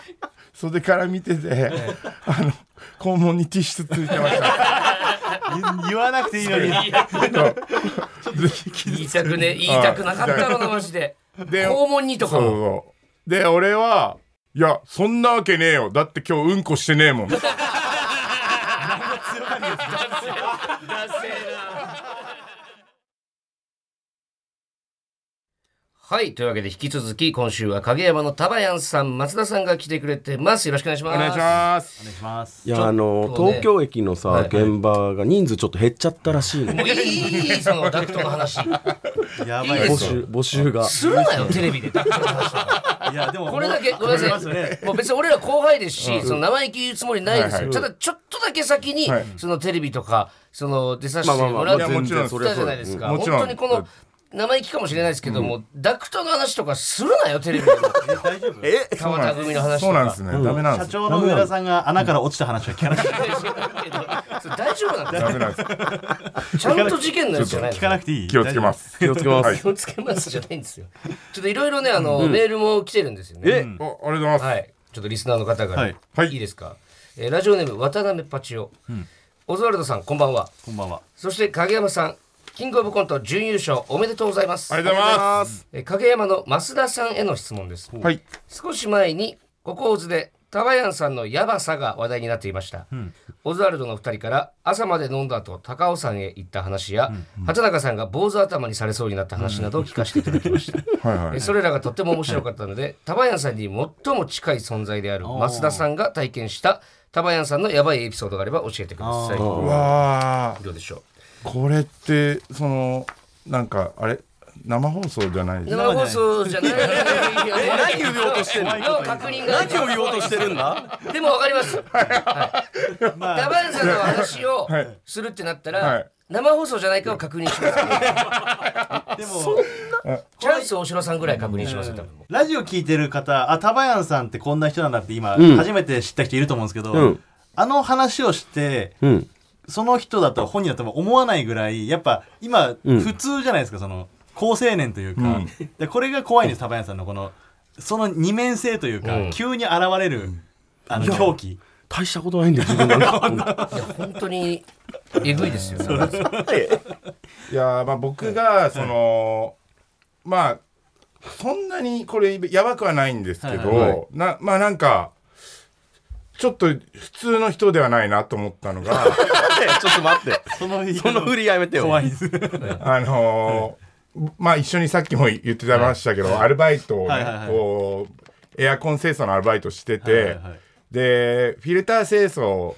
S1: 袖から見ててあの肛門にティッシュついてま
S2: [LAUGHS]
S1: した
S3: 言言わなくていいのに
S2: 言いたくね言いたくなかったのなマジで
S1: で
S2: 肛門にとか
S1: そう
S2: も
S1: そうで俺は「いやそんなわけねえよだって今日うんこしてねえもん」
S2: はいというわけで引き続き今週は影山のタバヤンさん松田さんが来てくれてますよろしくお願いしま
S1: お
S2: す
S1: 願いします
S3: お願いします
S4: いやあの、
S2: ちょっとね
S4: 東京駅のさ、
S2: はい
S4: 現場が人数ちょっと減っちゃったらしいの、
S2: もういいいいそのダクトの話
S3: や
S2: い
S3: ば
S2: いで
S3: い
S4: 募
S2: す
S4: 集募集が
S2: するなよテレビでダクトの話
S3: いやでも
S2: [LAUGHS] これだけごめんな
S3: ます
S2: さ
S3: よ
S2: い、
S3: ね
S2: もう別に俺ら後輩ですし、その生意気言うつもりないですよ、
S1: はいはい
S2: ただちょっとだけ先に、
S1: はい
S2: そのテレビとかその出させ
S4: まあ
S2: て
S4: まあ
S2: も
S4: ま
S2: ら
S4: あ
S2: っ
S4: ま
S2: て
S4: あ
S1: いやもちろん
S4: そ
S2: たじゃないですか、
S1: うんもちろん
S2: 本当にこの生意気かもしれないですけども、ダクトの話とかするなよテレビでも
S3: え大丈夫
S4: え
S2: 川田組の話とか
S1: そうなんですね、ダメなんで
S3: 社
S1: すよ
S3: 長の上田さんが穴から落ちた話は聞かなくて
S2: [LAUGHS] それ大丈夫なんで
S1: ダメなんですよ
S2: すちゃんと事件のやつじゃない
S3: 聞かなくていい
S1: 気をつけますす
S4: 気をつけます、
S1: はい
S2: 気をつけますじゃないんですよちょっといろいろねあの、メールも来てるんですよね
S4: え
S1: おありがとうございます、
S2: はい、ちょっとリスナーの方から、
S3: はいい、
S1: はい
S2: いですか、えーラジオネーム渡辺パチオ、オズワルドさんこんばんは
S3: こんばんは
S2: そして影山さんキングオブコント準優勝おめでとうございます
S1: ありがとうございます
S2: えー影山の増田さんへの質問です
S1: はい
S2: 少し前にここオズでタワヤンさんのヤバさが話題になっていました、オズワルドの2人から朝まで飲んだ後高尾山へ行った話や、畑中さんが坊主頭にされそうになった話などを聞かせていただきました、
S1: はいはい
S2: えそれらがとても面白かったので、タバヤンさんに最も近い存在である増田さんが体験したタバヤンさんのやばいエピソードがあれば教えてください。ど
S1: うわあ
S2: うでしょ。
S1: これってそのなんかあれ生放送じゃないうです
S2: 生放送じゃない。何
S4: 何を言おうとしてんの
S2: の確認が。
S4: 何を言おうとしてるんだ
S2: でもわかります。はい
S3: まあ
S2: [LAUGHS] タバヤンさんの話を
S1: はい
S2: するってなった
S1: は
S2: ら
S1: い、
S2: 生放送じゃないかを確認します。
S3: でも
S2: チャンス大城さんぐらい確認しますよ。多分
S3: ラジオ聞いてる方あタバヤンさんってこんな人なんだって今、
S4: ん
S3: 初めて知った人いると思うんですけど、
S4: うん
S3: あの話をして
S4: うん
S3: その人だと本人だとは思わないぐらいやっぱ今、
S4: うん
S3: 普通じゃないですかその好青年というか、でこれが怖いんですタバヤンさんのこのその二面性というか、
S2: うん
S3: 急に現れるあの狂気
S4: 大したことないんだよ自分なんか
S2: いや本当にえぐいですよ。多分
S1: いやーまあ僕がその、まあそんなにこれやばくはないんですけど、
S3: はい
S4: はい
S1: なまあなんかちょっと普通の人ではないなと思ったのが
S4: ちょっと待って
S3: その
S4: その振りやめてよ
S3: 怖いですはい
S1: あのーまあ一緒にさっきも言ってましたけど、アルバイトをね、
S3: はいはいはい
S1: こうエアコン清掃のアルバイトしてて、
S3: はいはい
S1: でフィルター清掃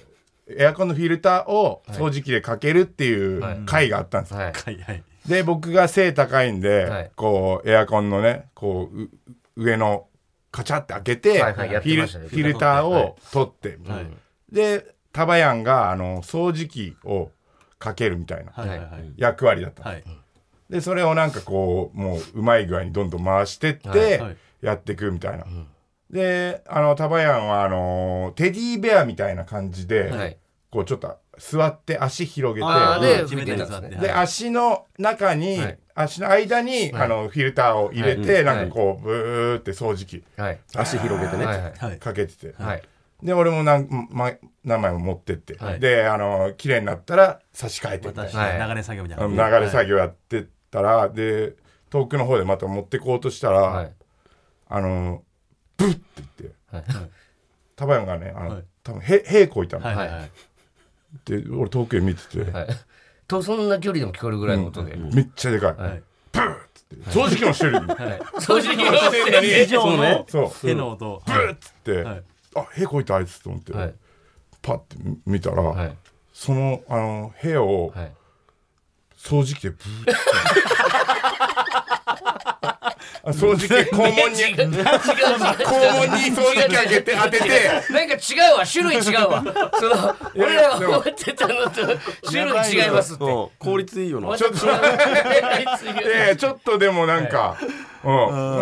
S1: エアコンのフィルターを掃除機でかけるっていう
S2: はい
S1: 回があったんですよ、
S2: はい。
S3: はいはい。
S1: で僕が背高いんで、
S2: はい
S1: こうエアコンのねこうう上のカチャって開けて,、
S2: はいはいやっ
S1: フ
S2: て
S1: ィ
S2: ま
S1: ル
S2: したね
S1: フィルターを取って、
S3: はい
S1: でタバヤンがあの掃除機をかけるみたいな
S3: はいはいはい。
S1: 役割だったんです、
S3: はい。
S1: でそれをなんかこうもううまい具合にどんどん回してって、
S2: はい
S3: はい
S1: やっていくみたいな。であのタバヤンはあのテディベアみたいな感じで、
S2: はい
S1: こうちょっと座って足広げて
S3: あー
S2: で
S3: 地面に座って
S2: で
S1: で、足の中に、
S2: はい
S1: 足の間に、
S2: はい
S1: あのフィルターを入れて、
S2: はい
S1: なんかこうブーって掃除機
S2: はい。
S4: 足広げてね、
S2: はいはい。
S3: はい。
S1: かけてて、
S2: はい。
S1: で俺も何,、ま、何枚も持ってって、
S2: はい
S1: であの綺麗になったら差し替えてみたい
S3: 私、
S1: な、
S2: はい
S3: 流れ作業みたい
S1: あ
S3: な。
S1: の流れ作業やってたら、で遠くの方でまた持ってこうとしたら、
S2: はい。
S1: あのブッって言って
S2: はい。
S1: タバヤンがねあの、
S3: はい
S1: 多分へ平行いたの、
S3: はいはいはい。
S1: で俺遠くへ見てて、
S2: はい。と、そんな距離でも聞こえるぐらいの音で。
S1: めっちゃでかい、
S2: はい
S1: ブーッつって掃除機もしてる、
S3: はい。
S2: 掃除機をしてるのに
S3: 以上の
S1: そう
S3: 手の音。
S1: ブーッつって、
S3: はい
S1: あへこいたあいつと思って、
S2: はい。
S1: パッて見たら、
S2: はい。
S1: そのあの部屋を
S2: はい。
S1: 掃除機でブーッて
S2: [LAUGHS]
S1: あ掃除機で肛門
S2: 違
S1: に
S2: う違う違う違う
S1: 肛門に掃除機あげて当てて
S2: なんか違うわ種類違うわその俺らが思ってたのと種類違いますって
S4: うん効率いいよな、
S2: ち [LAUGHS] ょっと違 [LAUGHS]
S1: でちょっとでもなんか、う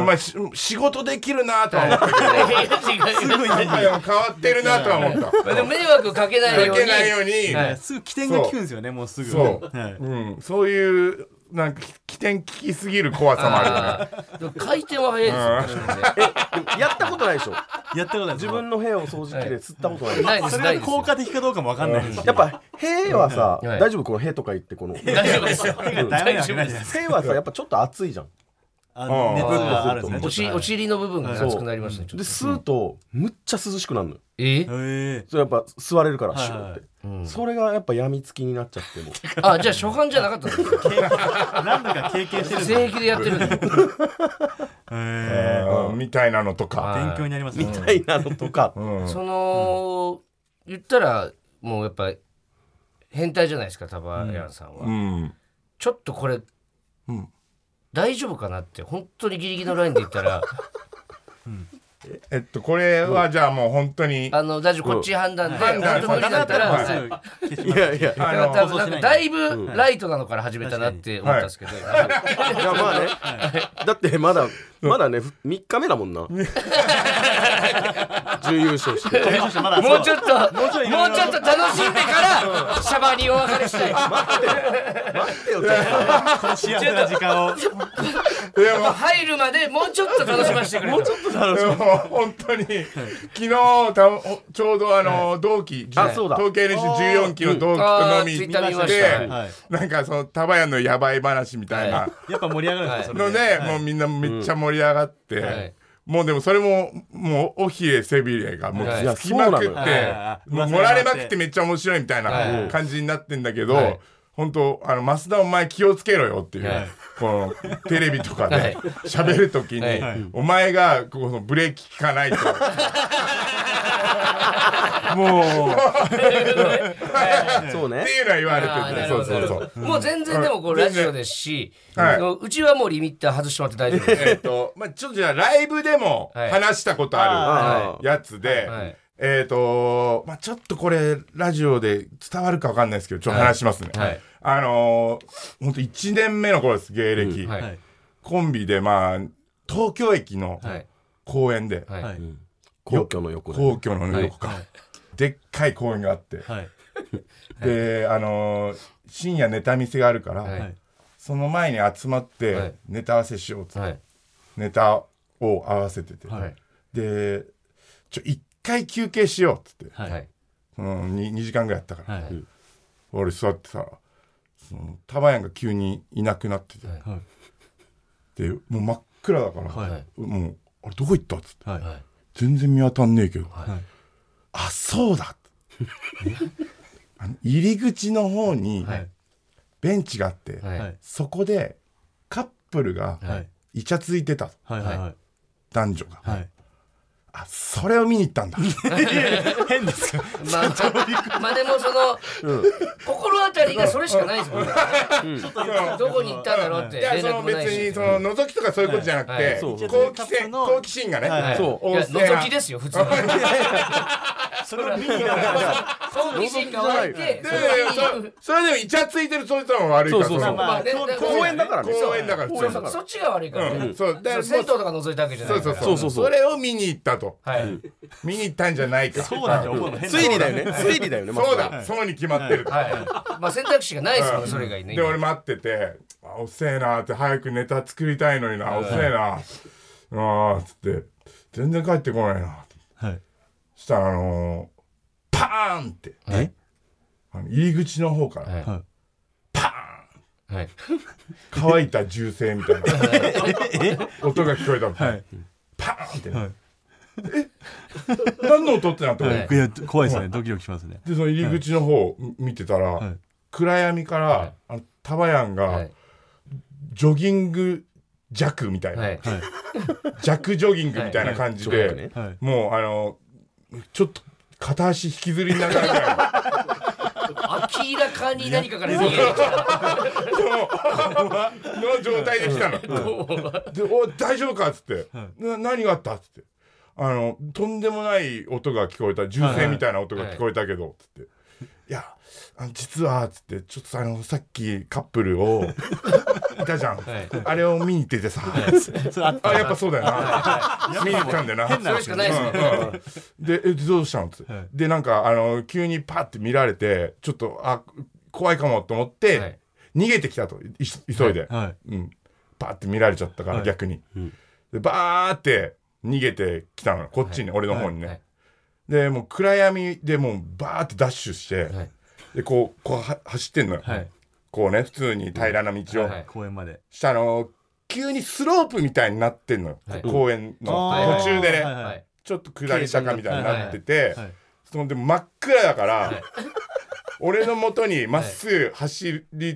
S1: ん、まあし仕事できるなとは思ったけど
S2: う
S1: やっぱり変わってるなとは思った。
S2: まあでも迷惑かけないよ
S1: か
S2: う
S1: け
S2: に
S1: ないように、
S2: はい
S3: すぐ起点が効くんですよね、もうすぐ。
S1: そう、
S3: はい。
S1: うん、そういうなんか起点聞きすぎる怖さもあるよね。
S2: あーでも回転は早いですよ確か
S4: やったことないでしょ
S3: やったことない。
S4: 自分の部屋を掃除機で吸ったことない、
S2: にねないで
S3: そ
S2: す
S3: れ
S2: ない
S3: が
S2: です
S3: 効果的かどうかもわかんないし。
S4: やっぱ「へ」はさ、
S2: はい
S4: 大丈夫この「へ」とか言ってこの「へ
S2: 大丈夫ですよ
S3: 大丈夫ないじゃないですか。」
S4: はさやっぱちょっと熱いじゃん
S3: あの、
S1: うん
S3: ねぶっとあるん
S2: お
S3: です
S2: し
S3: ね。
S2: お尻の部分が熱くなりましたねちょっ
S4: で
S2: と
S4: 吸うとむっちゃ涼しくなるのよ
S2: え
S3: へえ。
S4: それやっぱ吸われるから
S3: はい
S4: シ
S3: は
S4: ュ
S3: い
S4: ーって、
S2: うん
S4: それがやっぱ病みつきになっちゃってもう
S2: あじゃあ初版じゃなかったんですか
S3: 何度か経験してるんです
S2: 正
S3: ね。
S2: 規でやってるんで
S3: へえ。
S1: うんみたいなのとか。
S3: 勉強になりますね。
S4: みたいなのとか、
S1: うん
S2: その言ったらもうやっぱ変態じゃないですかタバヤンさんは
S1: うん。
S2: ちょっとこれ、
S1: ん
S2: 大丈夫かなって本当にギリギリのラインで言ったら
S1: えっと、これはじゃあもう本当に、
S2: あの大丈夫こっち判断で、
S1: 判断
S2: 本当無理だったら、
S1: は
S2: はい
S1: い
S2: だ
S4: いやいや
S1: あ
S2: から多分
S1: の、
S2: なんかだいぶライトなのから始めたなって思ったんですけど、
S4: いやまあね、だってまだまだね3日目だもんな準優勝して
S3: 優勝してまだ
S2: もうちょっともう
S3: ちょい
S2: ちょっと楽しんでからシャバにお別れしたい
S4: 待ってよちょっ
S3: この幸せな時間を。
S1: でも、
S2: 入るまでもうちょっと楽しませてくれもうちょっと
S1: でも本当に、昨日たちょうどあの、同期、
S4: あそうだ
S1: 統計練習14期の同期と飲み
S2: ツイッ
S1: 行
S2: ター見ま
S1: っ、
S2: してた、はい
S3: はい。
S1: なんかその、タバヤのやばい話みたいな
S3: やっぱ盛り上がるんですよ、
S1: の
S3: それ
S1: で、
S3: で。
S1: もうみんなめっちゃ盛り上がって、
S2: はい
S1: もうでもそれも、もう、おひれ背びれがもう
S2: はい
S1: つきまくって、
S3: はいいやそう
S1: も
S3: な
S1: う
S3: のよ
S1: 盛られまくってめっちゃ面白いみたい
S2: は
S1: ない感じになってんだけど、
S2: はい
S1: 本当あの、増田お前気をつけろよっていう、
S2: はい
S1: この、テレビとか
S2: はい
S1: で喋るときに、
S2: はい
S1: お前が、このブレーキ効かな
S2: [LAUGHS]
S1: いと。 [LAUGHS] もう、
S4: とそうね
S1: っていうのは言わ
S2: あー
S1: れて
S2: な
S1: て、
S2: るほ
S1: そう
S2: ど
S1: そうそう。
S2: もう全然でもこうラジオですし、
S1: はい
S2: あのうちはもうリミッター外してもらって大丈夫です
S1: えっと、まあちょっとじゃあライブでも
S2: はい
S1: 話したことあ
S4: は
S1: るやつで
S2: はい、
S1: えっと、まあちょっとこれ、ラジオで伝わるかわかんないですけど、ちょっと話しますね
S2: はいはい。
S1: あのー、本当1年目の頃です、芸歴。
S2: はい
S3: はい。
S1: コンビで、まあ東京駅の
S2: はい
S1: 公園で、
S2: はい
S3: はい。
S4: 皇居の横で
S1: 皇居の横か、でっかい公園があって、
S3: はい。
S1: で、あのー、深夜ネタ見せがあるか
S2: は
S1: ら、
S2: い
S1: その前に集まっ
S2: はい
S1: て、ネタ合わせしようっつって
S2: はい
S1: ネタを合わせてて、
S2: はい
S1: でちょ一回休憩しようっつって、
S3: はい。
S2: はい
S1: うん、2, 時間ぐらいやったから、
S3: はい。
S1: 俺座ってさそのタバヤンが急にいなくなってて、
S2: は
S3: はい。
S1: でもう真っ暗だから、
S3: はい
S1: もう「あれどこ行った?」っつって
S3: はい。
S2: はい
S1: 「全然見当たんねえけど、
S2: はい
S1: あそ
S2: [LAUGHS]
S1: うだ」あの入り口の方に
S2: はい
S1: ベンチがあって、
S2: はい
S3: はい
S1: そこでカップルが
S3: はい。
S1: イチャついてた
S3: はい。はい。はい。
S1: 男女が、
S3: はい。
S1: あそれを見に行ったんだ
S3: 変ですか
S2: ま [LAUGHS] あ、まあでもその、心当たりがそれしかないですもんね。どこに行ったんだろうって
S1: いや
S2: 連
S1: その
S2: 絡も
S1: 別
S2: ないし。
S1: にその覗きとかそういうことじゃなく
S2: はいは
S1: て
S2: い
S1: 好
S4: そう
S1: 奇心好奇心がね、
S3: はい
S4: そう
S2: い
S1: 温
S2: や
S1: 泉が
S2: 覗きですよ普
S1: [LAUGHS]
S2: 通に。
S3: それを見に行かない
S2: 好奇心が湧いて
S1: い。やいやいやそそれでもイチャついてるそいつらも悪いから
S4: そうそうそう
S2: まあね
S3: まあ
S2: だから
S4: 公園だからね
S1: 公園だから
S2: そうそうそっちが悪いから
S1: う
S2: ね
S1: ん。そう
S2: だ
S1: だか
S2: からら銭湯とか覗いたわけじゃな
S1: そ
S2: いうか
S1: そ
S2: ら。
S1: うそう
S4: そうそうそう
S1: それを見に行ったと
S2: はい。
S1: 見に行ったんじゃないか
S3: そうなんじゃ思うの変
S4: 推理だよね推理だよね
S1: そうだそうに決まってると
S2: はい。まあ選択肢がないですもんねそれがいいね
S1: で。俺待ってて「あ遅えな」って早くネタ作りたいのにな遅えなあーっつって全然帰ってこないな
S3: はい
S1: そしたらあのーパーンって
S2: え
S1: あの入り口の方から
S2: はいはい。
S1: 乾いた銃声みたい
S2: [LAUGHS]
S1: な音が聞こえたの、
S3: はい
S1: パーンってね、
S3: はい
S1: え何の音ってなって、
S2: はい
S3: いや怖いですねドキドキしますね
S1: でその入り口の方を見てたら、
S3: い
S1: 暗闇から、
S2: はい
S1: あのタバヤンが、
S2: はい
S1: ジョギング弱みたいな、
S2: はい。
S3: はい
S1: 弱ジョギングみたいな感じで、
S4: はいはい
S3: はい
S1: もうあのちょっと片足引きずりながら
S2: 明らかに何かから逃げる。
S1: [LAUGHS] の状態で来たの。で「お大丈夫か?」っつって「な何があった?」っつって「あのとんでもない音が聞こえた銃声みたいな音が聞こえたけど」っつって「いやあの実は」っつって「ちょっとあのさっきカップルをいたじゃん、
S2: はい
S1: あれを見に行っててさ」
S3: それあっ
S1: あやっぱそうだよな見に行ったんだよな
S3: 変な
S2: それしかないですもんね。
S1: うんうんでえどうしたのって、
S3: はい
S1: でなんかあの急にパッて見られてちょっとあ怖いかもと思って、
S2: はい
S1: 逃げてきたとい急いで、
S3: はい
S1: うん、パッて見られちゃったから、
S3: はい
S1: 逆に、でバーって逃げてきたのこっちに、俺の方にね、
S2: はい
S1: でもう暗闇でもうバーってダッシュして、
S2: はい
S1: でこうこうは走ってんのよ、
S3: はい
S1: こうね普通に平らな道を、
S2: はいはい
S3: 公園まで
S1: したらあの急にスロープみたいになってんのよ、
S2: はい
S1: 公園の
S2: あー
S1: 途中でね、
S3: はいはい
S2: はい。
S1: ちょっと下り坂みたいになってて、
S3: はい
S1: そので真っ暗だから、俺の元にまっすぐ走り、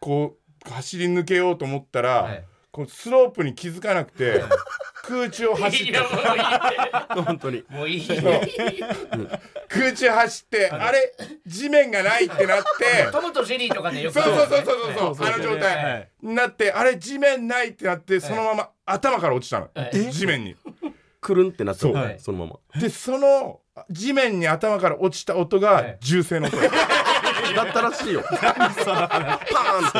S1: こう走り抜けようと思ったら、
S2: はい
S1: こうスロープに気づかなくて、空中を走っ
S2: い
S1: て
S2: やもういい。
S4: 本当に
S2: もういい。
S1: 空中走って、あれ地面がないってなって。
S2: トムとジェリーとかね、よく
S1: そう
S2: ある
S1: そうそう
S2: ね
S1: そうそう、
S3: はい
S1: あの
S3: そう
S1: 状
S3: ですよねは
S1: 態
S3: い
S1: になって、あれ地面ないってなって、そのまま頭から落ちたの、
S2: はい
S1: 地面に。
S4: くるんってなった
S1: そう
S4: は
S2: はいい
S4: そのま
S1: [LAUGHS]
S4: ま
S1: でその地面に頭から落ちた音
S2: は
S1: が
S2: い [LAUGHS]
S1: 銃声の音、
S4: だったらしいよ。パーンっ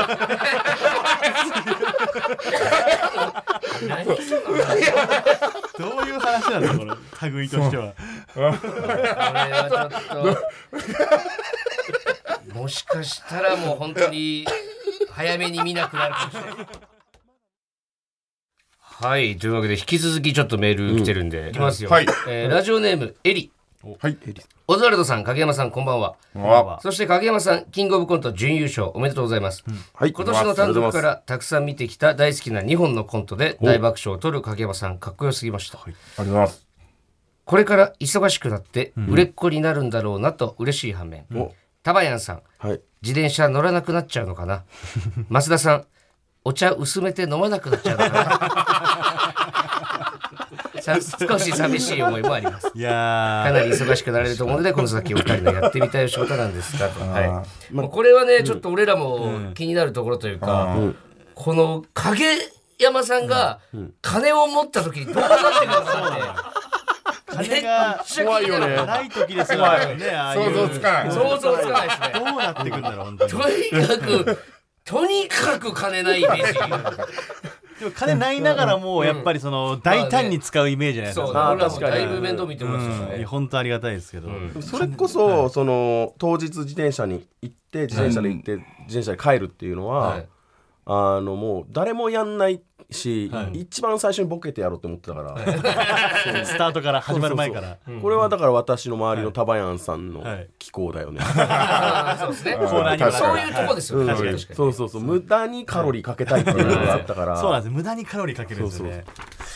S4: て。
S2: 何そのこ
S3: どういう話なんだこの類いとしては
S2: れはちょっと。もしかしたらもう本当に早めに見なくなるかもしれない。はい、というわけで引き続きちょっとメール来てるんで、いきますよ。
S1: はい
S2: えーラジオネームエリ。
S1: はい
S2: オズワルドさん、影山さん、こんばんは。
S1: あ
S2: そして影山さん、キングオブコント準優勝おめでとうございます。
S4: はい
S2: 今年の単独からたくさん見てきた大好きな2本のコントで大爆笑を取る影山さん、かっこよすぎました。
S1: ありがとうございます
S2: これから忙しくなって売れっ子になるんだろうなと嬉しい反面、タバヤンさん
S4: はい。
S2: 自転車乗らなくなっちゃうのかな増田さんお茶薄めて飲まなくなっちゃうのかなさ少し寂しい思いもあります
S3: い
S2: か
S3: や
S2: なり忙しくなられると思うのでこの先お二人のやってみたいお仕事なんですが、
S1: あ
S2: はい、もうこれはねちょっと俺らも気になるところというか、この影山さんが金を持った時にどうなってくるのかって
S3: 金が
S2: めっちゃ気になる
S3: ーない時ですよねああいう
S1: 想像つかない
S2: 想像つかないです
S3: ど
S2: ね
S3: うなってくんだろう本当に
S2: とにかくとにかく金ないイメージ
S3: でも金ないながらもやっぱりその大胆に使うイメージ [LAUGHS] じゃないです
S2: そう
S3: か
S2: 俺ら
S4: あ
S2: も
S4: 確かに
S2: だいぶ面倒見てましたし
S3: いや
S2: ね
S3: 本当ありがたいですけど
S4: それこそ、その当日自転車に行って自転車で行って自転車で帰るっていうの
S2: は、
S4: はいあのもう誰もやんないし
S3: は、い
S4: 一番最初にボケてやろうと思ってたから。
S3: スタートから [LAUGHS] 始まる前から
S4: これはだから私の周りのタバヤンさんの
S3: はい
S4: 気候だ
S3: [LAUGHS]
S4: よね。
S2: あーそうですね
S1: コ
S3: ーナーにも
S2: そういうとこですよ
S4: うん
S2: ね
S3: 確かに
S4: そうそうそう無駄にカロリーかけたいっていうのがあったから。
S3: そうなんです無駄にカロリーかけるんですよ
S4: そう
S3: ね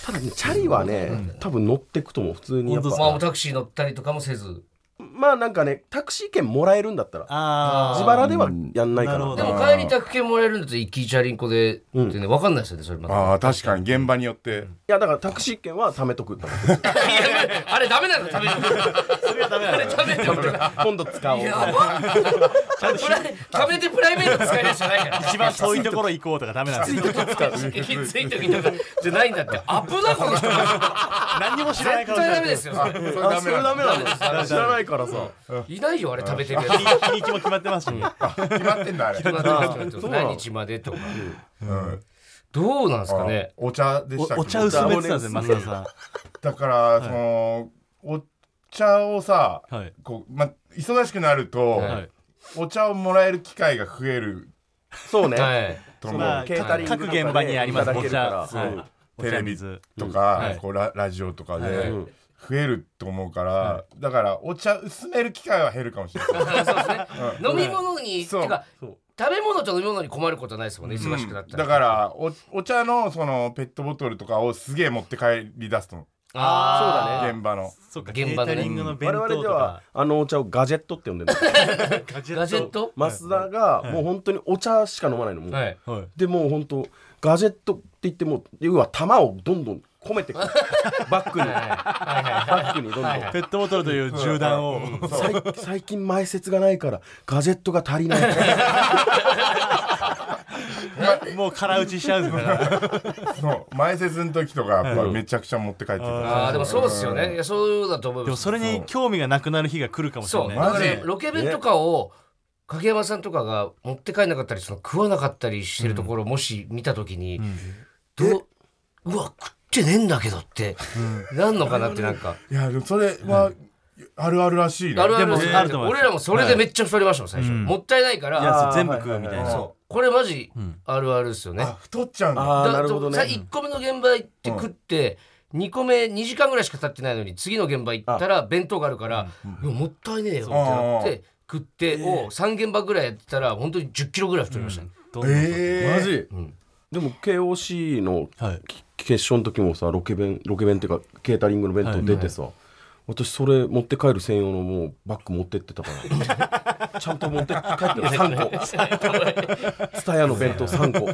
S4: ただねチャリはね、多分乗ってくくとも普通にやっぱ
S3: 本当
S2: まあおタクシー乗ったりとかもせず
S4: まあなんかねタクシー券もらえるんだったら
S3: あ
S4: 自腹ではやんないか
S3: なる
S4: な
S3: ほ
S2: で
S3: ど
S2: も帰りたく券もらえるんだと一気チャリンコでってね分かんないですよねそれまた
S1: ああ確かに現場によって
S4: いやだからタクシー券は貯めとく
S2: いやあれダメなの食べるそれはダメなのあれ食べて俺が
S4: 今度使おう
S2: やばっプライ壁でプライベート使えるやつじゃないから
S3: 一番遠いところ行こうとかダメなんですよ
S2: きつい時とかじゃないんだってアップだこの人
S3: 何にも知らない
S2: 絶対
S3: かもしれな
S2: ダ
S3: い
S2: メですよ
S1: それ
S4: あそれダメな
S2: ダメですダメで
S4: の
S2: す
S4: 知らないからさ
S2: いないよあれ食べてるやつ
S3: 日に日にちも決まってますし
S1: 決まってんだあれ、
S2: 何日までとかどうなんですかね
S1: お茶でしたっ
S3: お
S1: け
S3: お茶薄めてたんですよ増田さ
S1: だから、そのお茶をさ
S3: んはい
S1: こう、ま、忙しくなると、
S2: はい
S1: お茶をもらえる機会が増える
S4: そうね、
S2: はい
S1: と思う、
S3: まあ
S4: ケータリングと
S3: 各
S4: かで
S3: 現場にあります
S4: いただけ
S3: お
S4: るから
S3: 茶はい
S1: そう
S3: お茶
S1: テレビ
S3: 水
S1: とか、
S2: はい
S1: こうララジオとか
S2: はい
S1: で
S4: うん
S1: 増えると思うから、だからお茶薄める機会は減るかもしれない
S2: そうですね飲み物に
S1: そう
S2: てか食べ物と飲み物に困ることはないですもんね忙しくなった
S1: だからおお茶のそのペットボトルとかをすげえ持って帰り出すと思う
S2: ああ
S1: 現場の
S3: そうかケ
S2: 現
S3: ー
S2: 場で
S3: タ
S2: ね
S3: リングの弁当
S4: 我々で
S3: と
S4: は
S3: か
S4: あのお茶をガジェットって呼んでるの
S3: ガジ
S2: ガジェット
S4: 増田がもう本当にお茶しか飲まないのもう、
S2: はい
S3: はい
S4: でもう本当ガジェットって言ってもう要は玉をどんどん込めてくるバッグにバッグにどんどん
S2: い
S3: ペットボトルという銃弾を
S4: 最最近前説がないからガジェットが足りない
S3: もう空打ちしちゃうんですから
S1: そう前説の時とかやっぱめちゃくちゃ持って帰ってくる、
S2: ああでもそうですよねいやそうだと思い
S3: で
S2: ま
S3: も
S2: す
S3: それに興味がなくなる日が来るかもし
S2: そ
S3: れ
S2: う
S3: ない
S2: だか
S1: マジ
S2: らロケ弁とかを影山さんとかが持って帰んなかったりその食わなかったりしてるところをもし見た時に、どううわ食ってねえんだけどって、なんのかなってなんか
S1: いやでもそれは、あるあるらしいね
S2: あるあ
S3: で
S2: る
S3: も
S2: です
S3: あると思います
S2: 俺らもそれでめっちゃ太りましたもん最初、
S3: うん
S2: もったいないから
S3: いや
S4: あー
S3: つ全部食うみたい
S1: はいはいは
S3: ない
S2: これマジ
S3: ん
S2: あるあるですよね、
S1: あ太っちゃうんだ
S4: ああ
S2: だ
S4: なるほど
S2: さ
S4: ね
S2: 1個目の現場行って食って、2個目2時間ぐらいしか経ってないのに次の現場行ったら弁当があるから、いやもったいねえよってなって食ってを3現場ぐらいやってたら本当に1 0キロぐらい太りましたね、
S3: どんどん
S1: ええ
S4: ジでも KOC の
S3: はい
S4: き決勝の時もさロケ弁ロケ弁っていうかケータリングの弁当出てさ、私それ持って帰る専用のもうバッグ持ってってたからちゃんと持って帰ってる3個蔦屋の弁当3個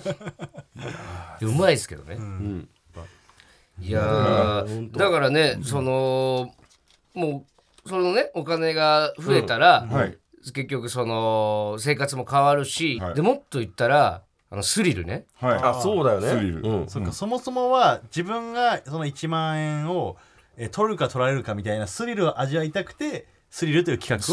S2: うまいですけどね、いやーだからね、そのもうそのねお金が増えたら、
S1: はい
S2: 結局その生活も変わるし、
S1: はい
S2: でもっと言ったらあのスリルね
S1: はい
S4: あそうだよね
S1: スリル
S4: うん、
S3: そっかそもそもは自分がその1万円をえー取るか取られるかみたいなスリルを味わいたくてスリルという企画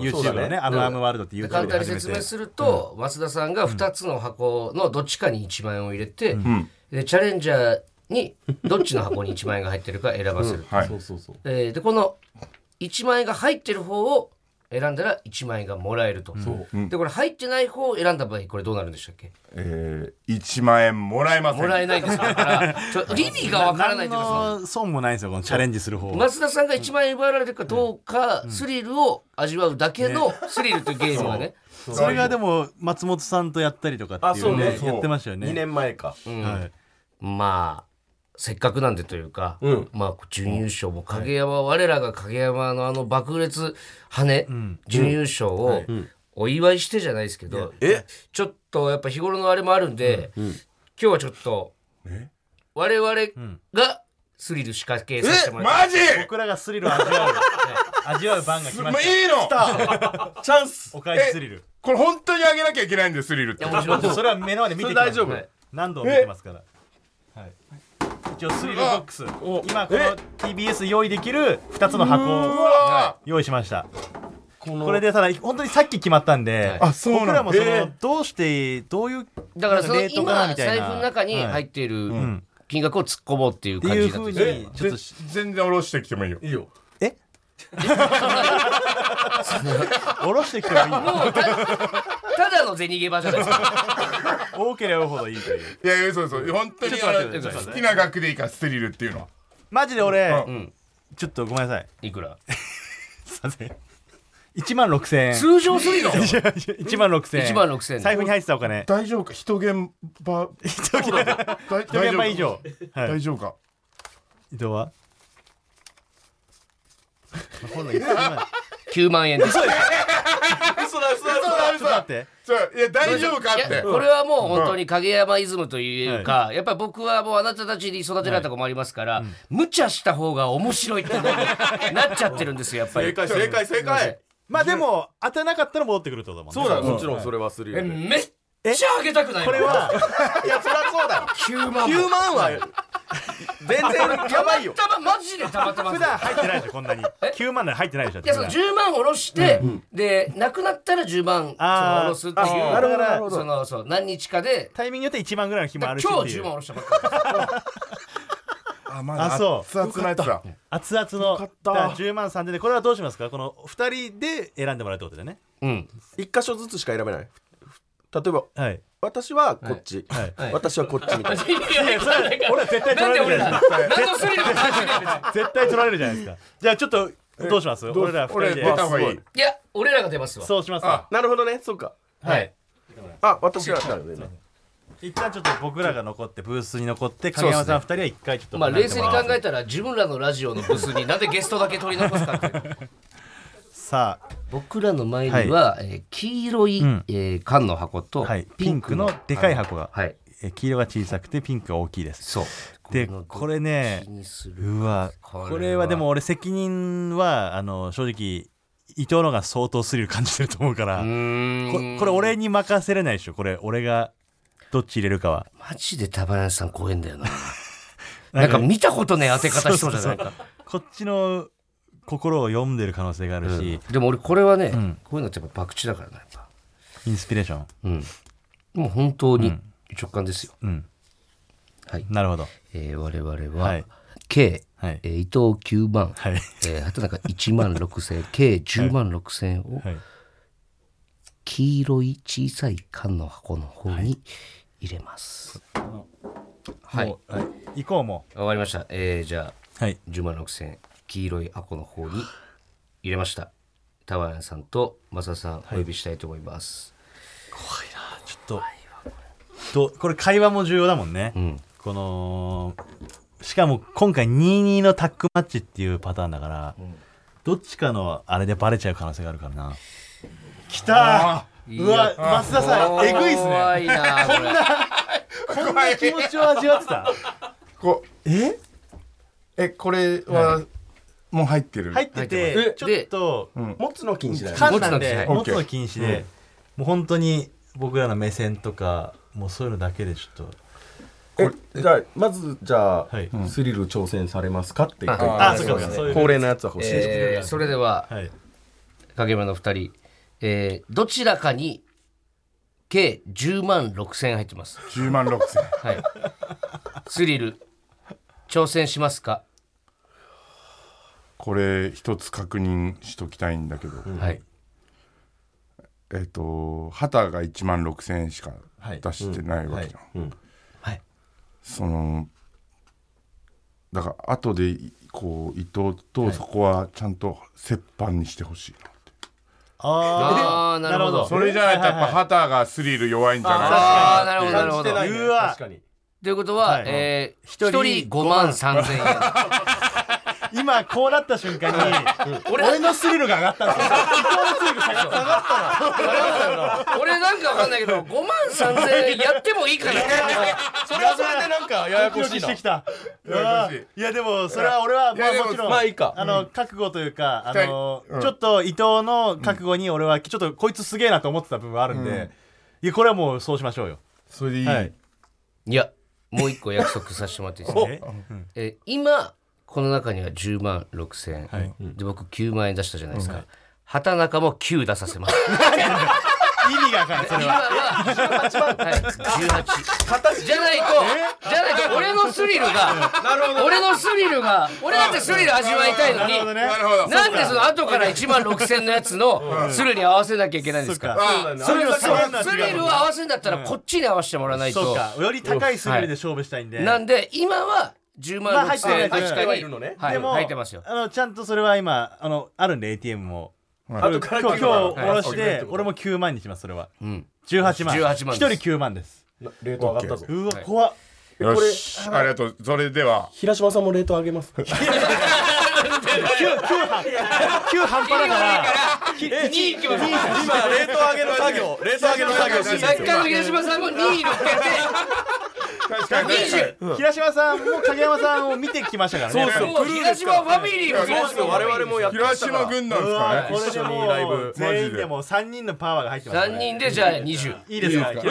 S2: そう
S3: YouTube でね「アムアムワールド」って
S2: で
S3: YouTube
S2: 簡
S3: で
S2: 単に
S3: 始め
S2: 説
S3: て
S2: 明すると、増田さんが2つの箱のどっちかに1万円を入れて、
S1: ん
S2: でチャレンジャーにどっちの箱に1万円が入ってるか選ばせる、
S1: はい
S4: そうそうそう
S2: えーでこの1万円が入ってる方を選んだら1万円がもらえると、でこれ入ってない方を選んだ場合これどうなるんでしたっけ
S1: えー、1万円もらえません
S2: もらえないですよだからちょ意味がわからないというかその
S3: 何の損もないんですよこのチャレンジする方は
S2: 増田さんが1万円奪われるかどうか、スリルを味わうだけのスリルというゲームがね
S3: それがでも松本さんとやったりとかってい
S4: あそうう
S3: ね
S4: ね
S3: やってましたよね
S4: 2年前か
S3: はい
S2: まあせっかくなんでというか、
S4: ん
S2: まあ準優勝も影山、我らが影山のあの爆裂跳ね、準優勝をお祝いしてじゃないですけど、
S4: え
S2: ちょっとやっぱ日頃のあれもあるんで、今日はちょっと
S1: え
S2: 我々がスリル仕掛けさせてもらい
S1: マジ
S3: 僕らがスリルを味わう味わう番が来ま
S1: もう
S3: し
S1: いいの
S3: たチャンスお返しスリル
S1: これ本当にあげなきゃいけないんでスリルって
S2: いやもちろん
S3: それは目の前で見てきます
S4: それ大丈夫
S3: はい何度も見てますからはい一応スリルボックス今この TBS 用意できる2つの箱
S1: う
S3: を
S1: わ
S3: 用意しました
S4: この
S3: これでただ本当にさっき決まったん
S2: は
S3: で
S2: い
S1: あそうなんだ
S3: 僕らもそ
S1: え
S3: の
S1: ー
S3: どうしてどういう
S2: [LAUGHS] だからその
S3: なんレートかな
S2: 今
S3: みた
S2: 財
S3: い
S2: 布
S3: な
S2: の中に入
S3: はい
S2: っ
S3: って
S2: いる
S3: ん
S2: 金額を突っ込もうっていう
S3: て
S2: 感
S3: い
S2: じ
S3: う
S2: だ
S3: ふ
S2: と
S3: う
S2: 思
S3: に
S2: い
S1: ーえ
S3: ちょっと
S1: ぜ全然下ろしてきてもいいよ
S4: いいよ
S3: え下ろしてきてもいい
S2: ますもうたただの銭ゲバじゃないですか
S3: 多ければ多いほどいいという
S1: いやいやそうそう本当
S2: ち
S1: にあ
S2: ょっと待ってちょっと待っ
S1: の
S2: て
S1: 好きな額でいいからスリルっていうのは
S3: マジで俺、
S1: うん
S3: ちょっとごめんなさい
S2: いくら
S3: すいません1万6000円
S2: 通常すぎるの
S3: 1万6000円
S2: 1万6000円
S3: 財布に入ってたお金
S1: 大丈夫か人現場大
S3: 1
S1: 大
S3: 現
S1: 丈夫
S3: 場以上は
S1: 大
S3: い
S1: 丈夫か
S3: 伊藤は
S2: 9万円です。
S3: 嘘だ嘘だ嘘
S1: だ
S3: だち
S1: 嘘だ
S3: ょっと待って
S1: そういや大丈夫かっ
S2: いや
S1: て
S2: これはもう本当に影山イズムというか、やっぱり僕はもうあなたたちに育てられた子もありますから、無茶した方が面白いってなっちゃってるんですよやっぱ
S1: 正
S2: り。
S1: 解正解正解
S3: まあでも当てなかったら戻ってくるってことだもんね
S4: そうだ、もちろんそれはするよ
S2: え
S4: ね。
S2: めっちゃあげたくない
S3: これは
S1: いやそりゃそうだよ
S2: 9万
S4: 9万は、全然やばいよ。
S2: たまたまマジでたまたま
S3: 普段入ってないでしょこんなに9万で入ってないでしょ
S2: いやその10万下ろして、でなくなったら10万その
S3: あー
S2: 下ろすっていう
S3: あなるほどなる
S4: ほど
S2: そのそう何日かで
S3: タイミングによって1万ぐらいの日もあ
S2: 今
S3: る
S2: 日
S3: し
S2: 10
S3: っていう
S2: 万下ろしたばっかりです
S1: あまだ
S3: あそう
S1: 熱々のやつだ
S3: 熱々の
S4: かった
S3: だから10万3000でこれはどうしますかこの2人で選んでもらうってことでね
S2: うん
S4: 一箇所ずつしか選べない。例えば、
S3: はい
S4: 私はこっち、
S3: はい
S2: はい
S4: 私はこっちみたいな。
S2: いやいやそれなんか
S3: 俺は絶対取
S2: な
S3: ら
S2: ん
S3: れ
S2: で俺
S3: るじゃない
S2: ら
S3: ですか
S2: ランドスリルの話で別に
S3: 絶対取られるじゃないですかじゃあちょっとどうします
S1: どう
S3: 俺ら2
S1: 俺
S3: 人
S1: 出
S3: で
S1: た方がい
S4: あ
S1: い
S4: すご
S2: いや俺らが出ますわ
S3: そうしますか
S4: なるほどね、そうか。
S2: はい
S4: あ、私はなるよね。
S3: 一旦ちょっと僕らが残ってブースに残って影山さん2人は一回ちょっと
S2: まあ冷静に考
S3: え
S2: えたら自分らのラジオのブスになんでゲストだけ取り残すかって
S3: さあ
S2: [LAUGHS] 僕らの前には、えー黄色い、
S3: うん
S2: えー缶の箱と、
S3: はいピンクのでかい箱が
S2: あのはい
S3: え黄色が小さくてピンクが大きいです
S2: そう
S3: で
S2: の
S3: これね
S2: 気にする
S3: うわ
S2: これは
S3: これはでも俺責任はあの正直伊藤のが相当スリル感じてると思うから
S2: う
S3: こ
S2: ーん
S3: これ俺に任せれないでしょこれ俺がどっち入れるかは
S2: マジでタバナさん怖えんだよ [LAUGHS] ななんか見たことねえ当て方しそうじゃないか
S3: こっちの心を読んでる可能性があるし、
S2: でも俺これはね、
S3: ん
S2: こういうのってやっぱ博打だからなやっぱ
S3: インスピレーション
S2: うんもう本当に直感ですよ、
S3: うん
S2: はい
S3: なるほど
S2: えー我々は、
S3: はい
S2: 計、
S3: はい
S2: えー伊藤9万、
S3: はい
S2: えー、畑中1万6000円計10万6000円を
S3: はい
S2: 黄色い小さい缶の箱の方に入れますはい
S3: もうはい、行こうも
S2: わかりましたえー、じゃあ
S3: うはい
S2: 10万6000円黄色い箱の方に入れましたタワヤンさんとマサさんお呼びしたいと思います、
S3: ちょっとどこれ会話も重要だもんね、このしかも今回2-2のタッグマッチっていうパターンだから、どっちかのあれでバレちゃう可能性があるからなきたーうわ増田さんえぐいっす
S2: 怖
S3: ね
S2: いなこれ
S3: こんな気持ちを味わってた
S1: こ
S3: え
S1: えこれはもう入ってる
S3: 入って
S2: 入って
S3: て
S2: ます
S3: ちょっと
S4: 持つの禁止だよね。
S3: 缶なんで
S1: 持
S3: 持
S1: つ
S3: つ
S1: の
S3: の禁止で、もう本当に僕らの目線とかもうそういうのだけでちょっと
S4: えじゃあまずじゃあ、
S3: はい
S4: スリル挑戦されますかって一回言って
S1: あ
S3: そうかそうかそういう
S4: 恒例のやつは欲しい、
S2: えーそれでは
S3: はい
S2: 影山の2人、えーどちらかに計10万6000円入ってます
S1: 10万6千
S2: はいスリル挑戦しますか、
S1: これ一つ確認しときたいんだけど
S2: はい
S1: えっと旗が1万6千円しか出してないわけじゃん
S4: うん
S3: はい
S1: そのだから後でこう伊藤とそこはちゃんと折半にしてほしいなって
S2: あーなるほど
S1: それじゃないとやっぱ
S3: はいはい
S1: 旗がスリル弱いんじゃない
S2: ああなるほどなるほど
S4: 感じて
S3: うわ
S4: 確かに
S2: ということは、
S3: はい
S2: えー、
S3: 一人
S2: 1人5万3000円
S3: 今こうなった瞬間に
S2: 俺
S3: 俺のスリルが上がったんですよ
S2: 俺なんかわかんないけど5万3000円やってもいいかな
S4: それはそれでなんかややこしいな
S3: してきたう
S1: やや
S3: わ
S1: こしい
S3: いやでもそれは俺はまあ
S1: いやでも
S3: もちろん
S4: まあいいか
S3: あの覚悟というかあ
S1: 期待
S3: の
S1: うん
S3: ちょっと伊藤の覚悟に俺はちょっとこいつすげえなと思ってた部分はあるんでいやこれはもうそうしましょうよ
S1: それでいい、
S3: はい
S2: いやもう一個約束させてもらっていいですか、
S3: え
S2: えー今この中には10万6000円、
S3: はい
S2: で僕9万円出したじゃないですか、畑中も9出させます
S3: 意味がわかんないそれ
S2: 今
S3: は
S2: は18番、はい、18じゃないとじゃないと俺のスリルが
S4: なるほ
S2: 俺のスリルが俺だってスリル味わいたいの
S3: なるほ
S2: に
S3: どね
S1: なるほど
S2: なんでその後から1万6000のやつのスリルに合わせなきゃいけないんで
S3: そっ
S2: すか
S3: か
S1: あ
S3: それは
S2: そ
S3: そうなんだ
S2: うスリルを合わせるんだったらこっちに合わせてもらわない
S3: そ
S2: と
S3: うかより高いスリルで勝負したいんで
S2: なんで今は10
S3: ま
S2: 万
S3: あ入って
S2: 6000
S3: な
S2: 円
S3: い
S2: 確か
S4: はい
S2: に
S4: いるのね
S2: はい
S3: でも
S2: 入ってますよ
S3: あのちゃんとそれは今あのあるんで ATM も
S1: はい
S3: 今日今日下ろして俺も9万にしますそれは
S2: ん
S3: 18万
S2: 18万です
S3: 一人9万です
S4: どレート上がったぞ
S3: うわ怖っ
S1: よしありがとうそれでは
S4: 平島さんもレート上げます
S3: 9半端だから
S2: 2位いきます
S5: 今冷凍揚げの作業冷凍揚げの作業してるんです
S2: 作
S5: よ
S2: 家の平島さんも2位乗っ
S1: 確かに確かに
S2: けて
S3: 平島さんも影山さんを見てきましたからね
S5: そう
S3: やっぱ
S5: そう
S3: り
S2: 20平島ファミリー
S5: そ
S2: も
S5: うですよ我々もやってま
S1: 広
S5: したから
S1: 島軍団で
S3: う
S1: すか
S3: わ
S1: ね
S3: これで
S5: 一緒にライ
S3: も
S5: ブ
S3: う全員でもう3人のパワーが入ってます
S2: 3人でじゃあ20
S3: いいですか平島さん
S1: よ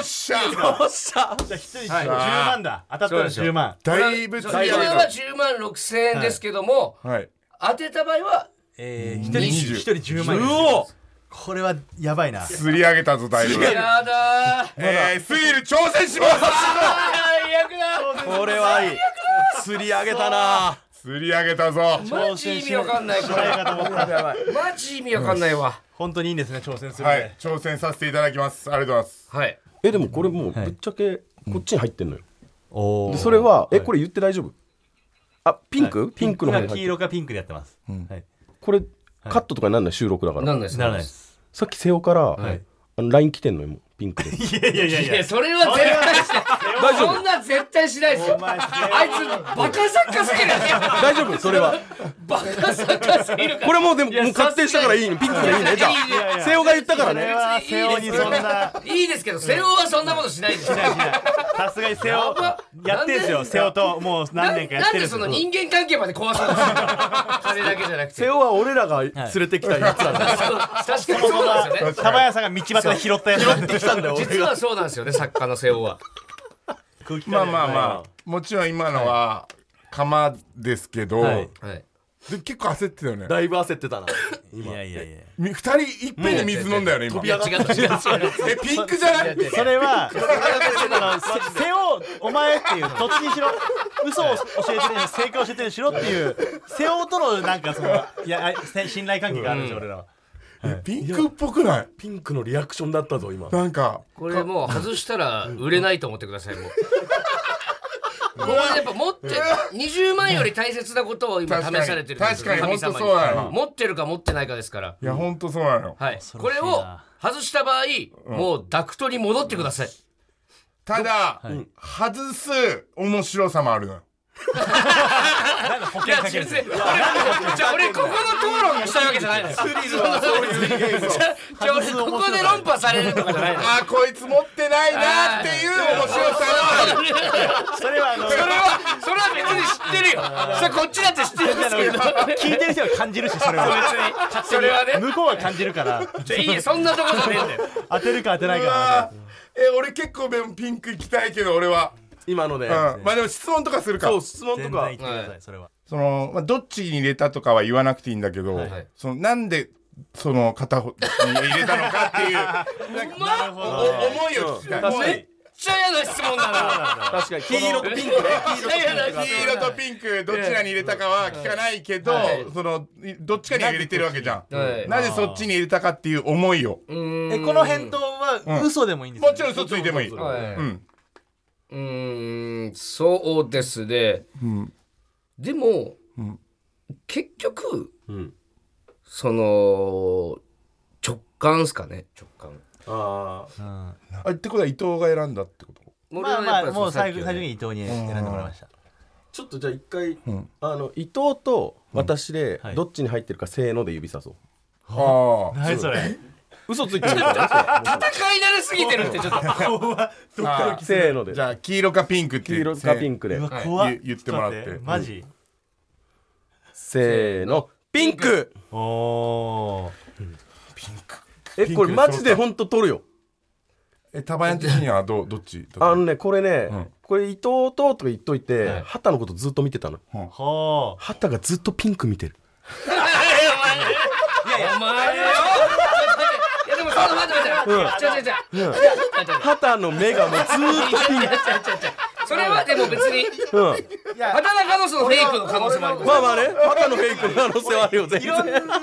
S1: っしゃ
S5: よっしゃ
S3: じゃあ一人10万だ当たったら10万
S1: だいぶ
S2: 平島は10万6千円ですけども、
S1: はい
S2: 当てた場合は
S3: えー一
S1: 20
S3: 人一人10万
S5: うお
S3: これはやばいな
S1: 釣り上げたぞだいぶ
S2: やだー
S1: えースイル挑戦します [LAUGHS]
S2: 最悪だ
S5: これはいい釣り上げたな
S1: 釣り上げたぞ
S2: マジ意味わかんないこれマジ意味わかんないわ
S3: 本当にいいんですね挑戦する
S1: は
S3: ね
S1: い挑戦させていただきますありがとうございます
S2: はい
S4: えでもこれもうぶっちゃけこっちに入ってんのよ、
S3: お
S4: でそれはえこれ言って大丈夫あピンク、ピンクの方
S3: 黄
S4: に入ってる
S3: 色かピンクでやってます、はい
S4: これカットとかになんない収録だから
S2: なんないです
S3: ならないです
S4: さっき瀬尾から、
S3: い
S4: あの LINE 来てんのよもうピンクで
S3: いやいやいや
S2: いやそれは絶対しないそんな絶対しないですよ
S3: お前すげえ
S2: あいつバカ作家すぎる
S4: 大丈夫それは
S2: バカ作家すぎるから
S4: これもうでも
S2: いや
S4: もう確定したからいいのピンクでいいねじゃ
S2: いやいやい
S4: あ
S3: や
S4: 瀬尾が言ったから
S3: それ
S4: ね
S3: は瀬尾にそんない
S2: いですけど瀬尾はそんなことしないですよ
S3: さすがに瀬尾
S2: ば
S3: やってんすよ瀬尾ともう何年かやってるん
S2: な
S3: で
S2: んですそ
S3: よ
S2: の人間関係まで壊そうとするのあれだけじゃなくて
S4: 瀬尾は俺らが連れてきたやつなんだよ
S2: そう確かにそうなんですよね
S3: 玉屋さんが道端で拾ったやつ拾ってきたんだよ
S2: 実はそうなんですよね作家の瀬尾は
S1: まあまあまあもちろん今のは釜ですけど、
S3: はい
S2: はい
S1: で結構焦ってたよね
S5: だいぶ焦ってたない
S3: やいやいや
S1: み二人いっぺんに水飲んだよね今
S2: いや違う違う違う
S1: [LAUGHS] えピンクじゃない
S3: それはあのせ瀬尾お前っていうどっちにしろ嘘を教えてるにし正解を教えてるにしろっていう瀬尾とのなんかそのいやあせ信頼関係があるんですよ俺らは
S1: えピンクっぽくない
S5: ピンクのリアクションだったぞ今
S1: なんか
S2: [LAUGHS] これもう外したら売れないと思ってくださいもうこれはやっぱ持って20万より大切なことを今試
S1: 確かに
S2: されてる
S1: 確かに
S2: 神様
S1: 本当そうだよ
S2: 持ってるか持ってないかですから
S1: いやほんとそうなの
S2: はいこ
S3: ろし
S2: れ
S3: いな
S2: を外した場合もうダクトに戻ってください
S1: ただ、外す面白さもあるのよ
S3: 保
S2: い
S3: 険
S2: や
S3: かけ
S2: 純
S3: る
S2: 粋俺じゃあ俺ここの討論がしたいわけじゃないのよ [LAUGHS] じゃあじゃあ俺ここで論破されるとかじゃないの
S1: あーこいつ持ってないなっていう面白さがある
S3: それはあの
S2: それはそれは別に知ってるよそれこっちだって知ってるんですけど
S3: 聞いてる人は感じるしそれは
S2: それはね
S3: 向こうは感じるから
S2: じゃあいいよそんなとこじゃねえんだよ
S3: 当てるか当てないうかは
S1: わーえ俺結構でもピンク行きたいけど俺は、
S5: 今のね
S1: うん、まあでも質問とかするか
S5: そう質問と
S3: 全然
S5: か
S3: 言ってくださいそれは
S1: その、まあ、どっちに入れたとかは言わなくていいんだけど、
S2: い
S1: そのなんでその片方に入れたのかっていう
S2: うまっ
S1: おお思いを聞きたい
S5: 確か
S2: めっ
S5: に
S2: ちゃ嫌な質問だな
S5: 確かに黄色とピンクね
S1: 黄色とピンクどちらに入れたかは聞かないけど、
S2: はい
S1: そのいどっちかには入れてるわけじゃん、
S2: はい
S1: なぜそっちに入れたかっていう思いを
S3: えこの返答は嘘でもいいんですよ
S1: も
S3: ね
S1: ちろん嘘ついてもいい、
S2: は
S1: う
S2: い
S1: ん、
S2: うーんそうですね
S1: ん
S2: でも結局
S5: ん
S2: その直感っすかね直感
S5: あー
S1: あってことは伊藤が選んだってこと
S3: まあまあもう
S2: 最
S3: 最後
S2: 後
S3: 最初に伊藤に選んでもらいました
S5: ちょっとじゃあ一回
S4: あの伊藤と私で
S3: はい
S4: どっちに入ってるかせーので指さそう
S1: ああ
S3: 何それ
S4: 嘘ついてるからね
S2: 戦い慣れすぎてるってちょっと
S1: あー
S4: せーので
S1: じゃあ黄色かピンクって
S4: 黄色かピンクで
S3: うわ
S2: はい
S3: 怖っ
S1: 言言ってもらって
S3: ちょと待マジ
S4: せーのピンク
S3: おお
S4: えこれマジで本当取るよ
S1: えタバヤン的にはどうどっち
S4: あのねこれね、
S1: ん
S4: これ伊藤ととか言っといて、
S2: はい
S4: 畑のことずっと見てたの
S3: は
S4: 畑がずっとピンク見て [LAUGHS] る
S2: いやいやお前よいやでもそんな待って待って待って違う違う違う
S4: 畑の目がもうずーっとピン
S2: それはでも別に
S4: ク、うん、
S3: あいや
S2: 畑中のそのフェイクの可能性もあります
S4: まあまあ [LAUGHS] ね畑のフェイクの可能性はあるよ全
S3: い
S4: 然
S3: ろんな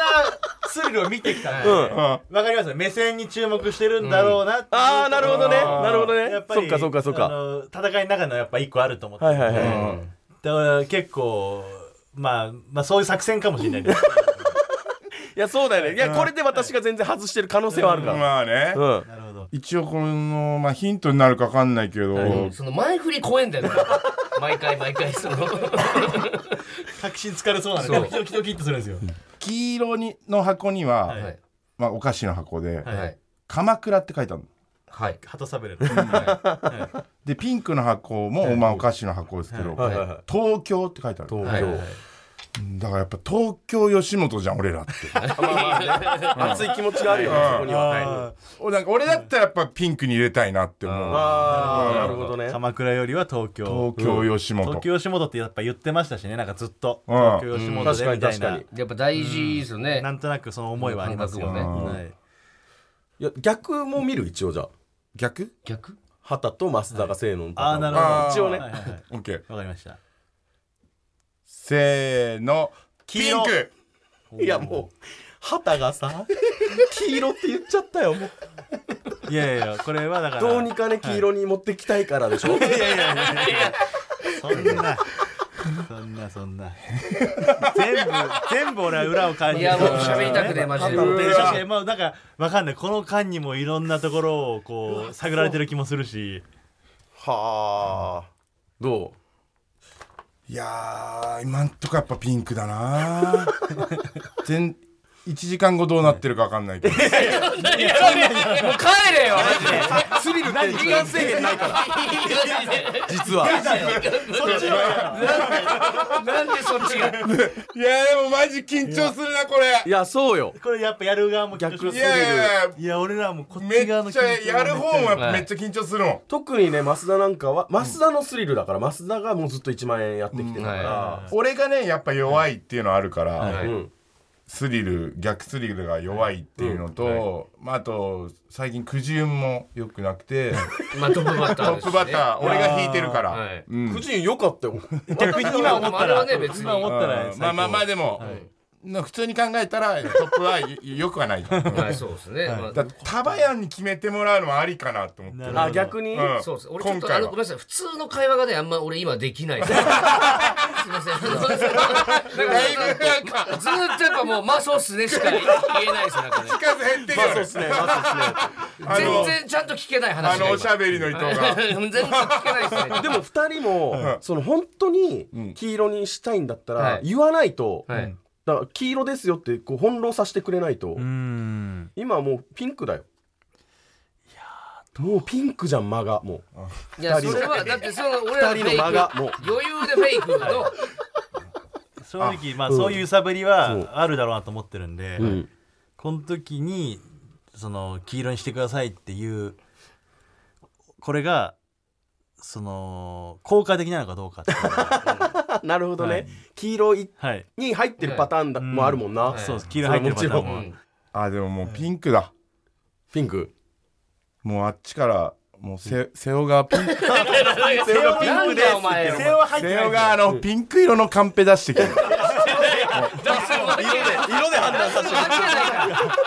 S3: スリルを見てきたんで、
S4: うん
S3: わかりますよ目線に注目してるんだろうなっていう
S4: ああなるほどね
S1: あー
S4: なるほど
S3: や
S4: ね
S3: っぱり
S4: そっかそっかそっ
S3: あ
S4: か
S3: の戦いの中のやっぱ一個あると思って、
S4: はいはいはい、
S3: だから結構まあまあそういう作戦かもしれないです
S4: いやそうだよねいやこれで私が全然外してる可能性はあるから
S1: まあね、
S4: うん、
S3: なるほど
S1: 一応この、まあ、ヒントになるかわかんないけど、
S2: その前振り怖えんだよな毎回毎回その
S6: 確信疲れそうなんで
S2: そ
S6: ド
S2: う
S6: キドキドキってするんですよ
S1: 黄色にの箱には、
S6: はい
S2: はい
S1: まあ、お菓子の箱で、
S2: はい
S1: 鎌倉って書いてあるの
S2: はい
S6: 鳩サベレ
S1: でピンクの箱も、まあ、お菓子の箱ですけど、
S4: はいはいはい
S1: 東京って書いてある
S4: 東京
S1: だからやっぱ東京吉本じゃん俺らって
S4: 熱い気持ちがあるよねそこにははい
S1: おなんか俺だったらやっぱピンクに入れたいなって思う
S4: ああなるほどね
S3: 鎌倉よりは東京
S1: 東京吉本、
S3: 東京吉本ってやっぱ言ってましたしねなんかずっと
S1: うん
S3: 東京吉本
S4: 確
S3: で
S4: か
S3: み
S4: に
S3: たい
S4: 確か
S3: な
S4: に
S2: やっぱ大事ですよね
S3: なんとなくその思いはありますよね
S1: 感覚も
S3: はい
S4: いや逆も見る一応じゃあ
S1: 逆
S2: 逆
S4: 畑と増田がせーののパター
S3: あ
S4: ン
S3: あなるほど
S1: あー
S4: 一応ね
S3: はいはいはい
S1: OK
S3: わかりました
S1: せーの
S3: 黄
S1: ピン
S3: 色
S1: ク
S4: いやもう旗が [LAUGHS] さ黄色って言っちゃったよもう
S3: いやいやいやこれはだから
S4: [LAUGHS] どうにかね黄色に持ってきたいからでしょ
S3: いやいやいやいやそんなそんなそんな全部全部俺は裏を感じ
S2: い
S3: る
S2: やもう喋りたくてマジで
S1: うわ
S3: 確かにまあなんかわかんないこの間にもいろんなところをこう探られてる気もするし
S4: はあど
S1: いやー今んとこやっぱピンクだな全1時間後どうなってるか分かんないけど
S2: いやもう帰れよマジでスリル何時間制限ないから
S4: う実は
S2: なんでそっちが
S1: いやでもマジ緊張するなこれ
S4: [LAUGHS] いやそうよ
S3: これやっぱやる側も緊張する
S1: いやいやいや
S3: いや俺らもこっ
S1: め
S3: ち
S1: っ
S3: 側の
S1: ちゃやる方もやっぱ
S2: はい
S1: めっちゃ緊張するもん
S4: 特にね増田なんかは増田のスリルだから増田がもうずっと1万円やってきて
S2: う
S4: るか
S2: んは
S4: ら
S1: 俺がねやっぱ弱いっていうのあるから、
S4: う
S2: い
S4: ん
S1: スリル逆スリルが弱いっていうのと、まあ、あと最近くじ運も良くなくて
S2: [LAUGHS] まあトップバッタ
S1: ト
S2: ー
S1: ッ
S2: です
S1: プバッター俺が引いてるから、
S2: はい
S1: うん
S4: くじんよかったよ
S3: 逆に今思ったら
S2: あれはね別に
S3: 今思ったら
S1: うんまあまあまあでも、な普通に考えたらトップはよくはないから
S2: はいそうですねまあ
S1: だタバヤンに決めてもらうのもありかなと思って
S3: なるほど
S4: あ逆に
S1: うん
S2: そうです。俺ちょっ
S1: 今
S2: とあ
S1: 回
S2: の
S1: は
S2: ごめんなさい。普通の会話がねあんま俺今できない
S1: [LAUGHS]
S2: です。すいません。だいぶなんかずーっとやっぱもうまあそうっすねしか言えないですなんかね。
S1: 数減ってるよねあ
S2: 全
S1: の
S2: 然ちゃんと聞けない
S1: あ
S2: 話が今。
S1: のおしゃべりの伊藤が
S2: 全然聞けないですね。
S4: でも2人もその本当に黄色にしたいんだった
S2: は
S4: ら
S2: い
S4: 言わないと
S2: はい
S4: だから黄色ですよってこう翻弄させてくれないと
S3: うーん
S4: 今はもうピンクだよもうピンクじゃん間がもう
S2: いやそれはだってその俺ら
S4: 2
S2: のフェ
S4: 人
S2: イ
S4: の
S2: ク
S4: 間がもう
S2: 余裕でフェイクの
S3: 正直まあそういう揺さぶり
S4: そう
S3: はあるだろうなと思ってるんで、
S4: うん
S3: この時にその黄色にしてくださいっていうこれがその効果的なのかどうか [LAUGHS] っていうのが
S4: あ [LAUGHS] なるほど
S3: は
S4: ね
S3: い
S4: 黄色い
S3: はい
S4: に入ってるパターンだ
S3: はい
S4: もあるもんな
S2: うん
S3: そうです黄色入ってるパターン
S2: う
S3: も
S2: ん
S1: あでももうピンクだ
S4: ピンク
S1: もうあっちからもうせ瀬尾がピ [LAUGHS] ンク
S3: セオピ
S2: なんだお前
S3: セオは入って
S1: 瀬
S3: ない
S1: 尾があのピンク色のカンペ出してきてる
S4: 色で判断させ
S2: 間違いないか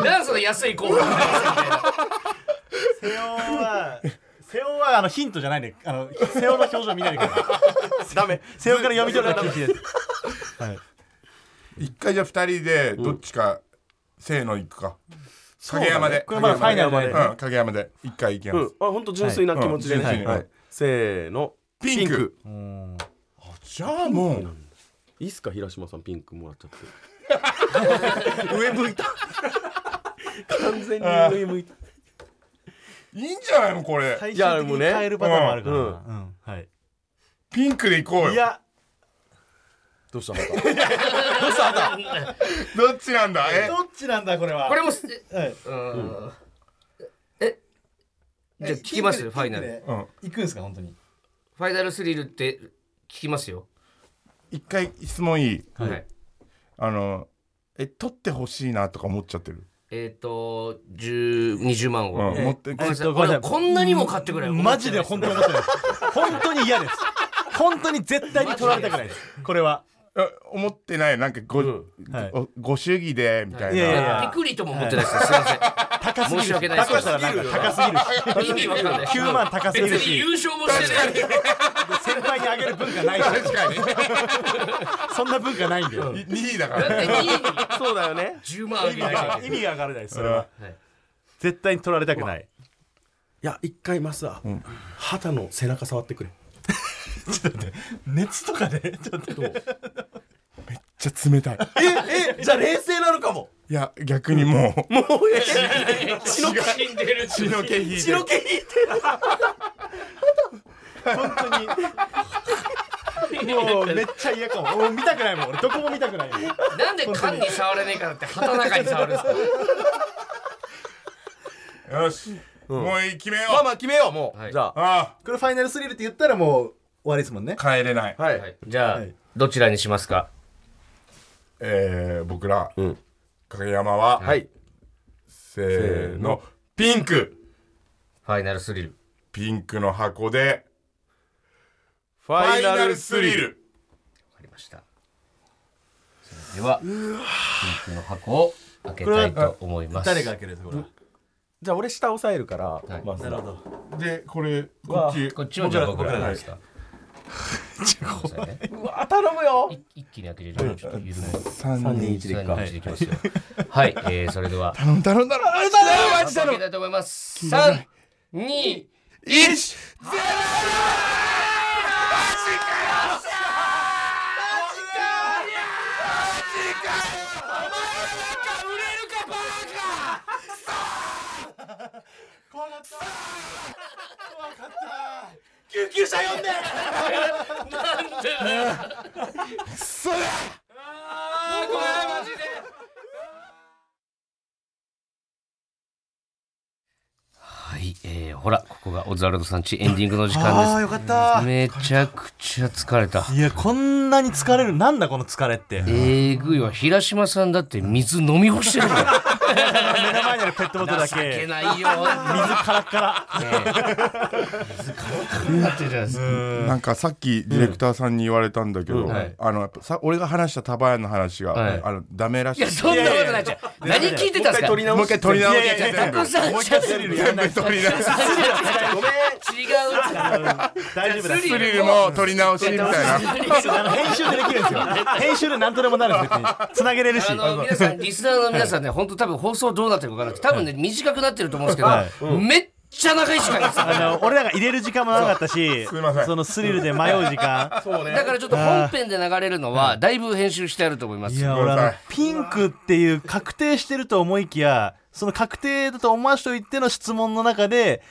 S2: ら。なんその安い候補みたいな
S3: セオはセオはあのヒントじゃないねあのセオの表情見ないでくださいダメセオから読み取るのは禁止です
S1: 一回じゃあ二人でどっちかせーの行くか影山で
S3: これまだファイナルまで
S1: うん影山で一回行き
S4: う
S1: ま
S4: ん
S1: す、
S4: あ本当純粋な気持ちでね、
S1: はいうん純粋に
S4: はいせーの
S1: ピンクあじゃあもう
S4: いいっすか平島さんピンクもらっちゃって上向いた完全に上向いた
S1: いいんじゃないのこれ
S3: 最
S4: いや
S3: 終
S4: も
S3: 的
S4: う
S3: に
S4: ね
S3: 変えるパターンもあるからな
S4: うん
S3: うんはい
S1: ピンクで行こう
S3: い
S1: よ
S3: や
S4: どうしたまた
S1: どっちなんだえ
S3: どっちなんだこれは
S2: これもす
S6: はい
S2: うんえじゃあ聞きますよファイナル。
S1: うん
S6: 行くんですか本当に
S2: ファイナルスリルって聞きますよ。
S1: 一回質問いい
S2: はい。
S1: あのえ取ってほしいなとか思っちゃってる
S2: えっ、と、10、20万
S1: うん
S2: を。
S1: 持って
S2: ごめんなさい
S3: えっとごめんなさい
S2: 俺こんなにも買ってくれよ。
S3: マジで本当に思ってないです。本当に嫌です。本当に絶対に取られたくないです。これは。
S1: あ思ってないなんかご、
S3: はい
S1: おご祝儀でみたい
S3: い
S1: な、
S3: やいや
S2: ピクリとも思ってないですよ。すいま
S3: 高すぎる。
S2: 申し訳ないです
S3: 高さがなんか高すぎる
S2: せん。意味わかんない。
S3: し。9万高すぎ
S2: 別
S3: る
S2: に
S3: し、
S2: 優勝もしてない。
S3: 先輩にあげる文化ないし。そんな文化ないんだよ。
S1: 2位だか
S2: だ
S1: ら
S2: って2位に
S4: そうだよね
S2: 10万あげないから。
S3: 意味がわからないです。それは
S2: はい。
S3: 絶対に取られたくない。
S4: いや一回マスは、
S1: ん
S4: 肌の背中触ってくれ
S7: ちょっと待って熱と
S5: [LAUGHS]
S7: かでちょっと
S1: めっちゃ冷たい。
S5: ええじゃあ冷静なのかも
S1: いや、逆にもう、もう、
S2: 血の死んでる
S1: 血の気引いてる。
S5: 色気引いて
S7: 本当にもうめっちゃ嫌かももう見たくないもん俺どこも見たくないもん
S2: なんで缶に触れねえからって旗の中に触るんですか
S1: よし、もう決めよう。
S5: まあまあ決めようもう、
S2: はい
S5: じゃあ
S1: あ
S7: これファイナルスリルって言ったらもう終わりですもんね
S1: あ、帰れない。
S5: はい、
S2: じゃあ、
S7: はい
S2: どちらにしますか
S1: えー、僕ら、
S4: ん
S1: 影山は、
S5: はい、
S1: せーの、ピンク。
S2: ファイナルスリル
S1: ピンクの箱で、
S4: フ
S1: フ
S4: ァ
S1: ァイ
S4: イナ
S1: ナ
S4: ル
S1: ル
S4: ス
S1: ス
S4: リ
S1: リ
S4: ル
S1: ル。
S2: ありましたそれではピンクの箱を開けたいと思います
S7: 誰が開けるんですかこれ
S5: じゃあ俺下押さえるから、まずは
S1: で、これ、こっち。
S2: こっちをじゃあ僕らですかごめんなさいね
S5: うわ頼むよ
S2: 一一気に開けれるようにちょっと緩めて
S1: 三人。
S5: 2 1でいくか
S2: 321でいきますよはい、えー、それでは
S1: 頼んだろんだろ。あれだろマジだ
S2: 開
S1: ろ
S2: けたいと思います三二
S1: 一
S2: はい、えー、ほらここがオズワルドさんちエンディングの時間です
S3: あよかった
S2: めちゃくちゃ疲れた。
S3: いやこんなに疲れるなんだこの疲れって
S2: えぐいわ。平島さんだって水飲み干してるもん。
S3: 目の前にあるペットボトルだ
S2: 情け
S3: け
S2: ないよ。
S3: 水カラッカラ
S2: 水ねえ水からかになってるじゃないですか。
S1: なんかさっきディレクターさんに言われたんだけど、
S2: はい
S1: あのやっぱさ俺が話したタバヤンの話が、
S2: はい
S1: あのダメらしい
S2: いや、そんなことないじゃん。何聞いてたんですか
S1: もう一回取り直して
S2: たくさんしゃべるよ。
S1: 全部取り直し
S2: ごめん。違うから。
S3: 大丈夫だ
S2: ス
S1: スリルの取り直しみたい
S3: [LAUGHS]
S1: な
S3: あの編集でできるんですよ編集でなんとでもなるんですよ別につなげれるし
S2: あの皆さんリスナーの皆さんね、本当多分放送どうなってるかわからなくて、多分ね短くなってると思うんですけど、めっちゃ長い時間です。
S3: あの俺らが入れる時間もなかったし
S1: うすいません
S3: そのスリルで迷う時間
S2: だからちょっと本編で流れるのはだいぶ編集してあると思います
S3: い。や
S1: ごめ
S3: 俺
S1: ん
S3: あ
S1: なさい
S3: のピンクっていう確定してると思いきやその確定だと思わしといての質問の中で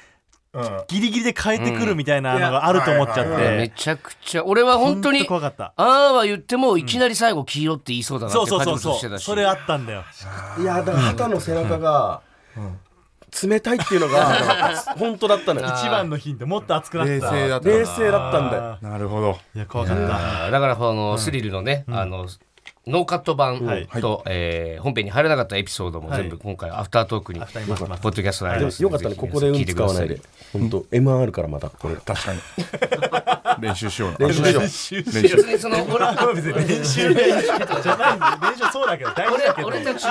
S1: うん
S3: ギリギリで変えてくるみたいなのがあると思っちゃ
S1: うん
S3: っ
S1: いや
S2: め
S3: て
S2: ちゃくちゃ俺は本当
S3: ほん
S2: に
S3: と怖かった
S2: ああは言ってもいきなり最後黄色って言いそうだなっ
S3: そう
S2: て
S3: そう
S2: 感
S3: そ
S2: じもし
S3: うそ
S2: てた
S3: う
S2: し
S3: それあったんだよ
S5: いやだから肌の背中が冷たいっていうのが本当だったのよ
S3: 一番のヒントもっと熱くなって
S1: 冷
S3: た
S1: 静だった
S5: 冷静だったんだよ
S3: あ
S1: ななるほど
S3: ーいや怖かった
S2: あーだからこのスリルのね、あのノーカット版と、
S3: はい
S2: えー本編に入らなかったエピソードも全部
S3: は
S2: 今回アフタートークに、
S3: フターに回します
S2: ポッドキャストであり
S5: で
S2: ま
S5: も
S2: す
S5: よかったねここで運使わないで本当 MR からまたこれ
S1: 確かに練習しような
S5: 練習しよう
S2: 別にその俺
S3: 練習練習じゃない練習そうだけど大事だけ
S2: 俺
S3: ど
S2: 俺たち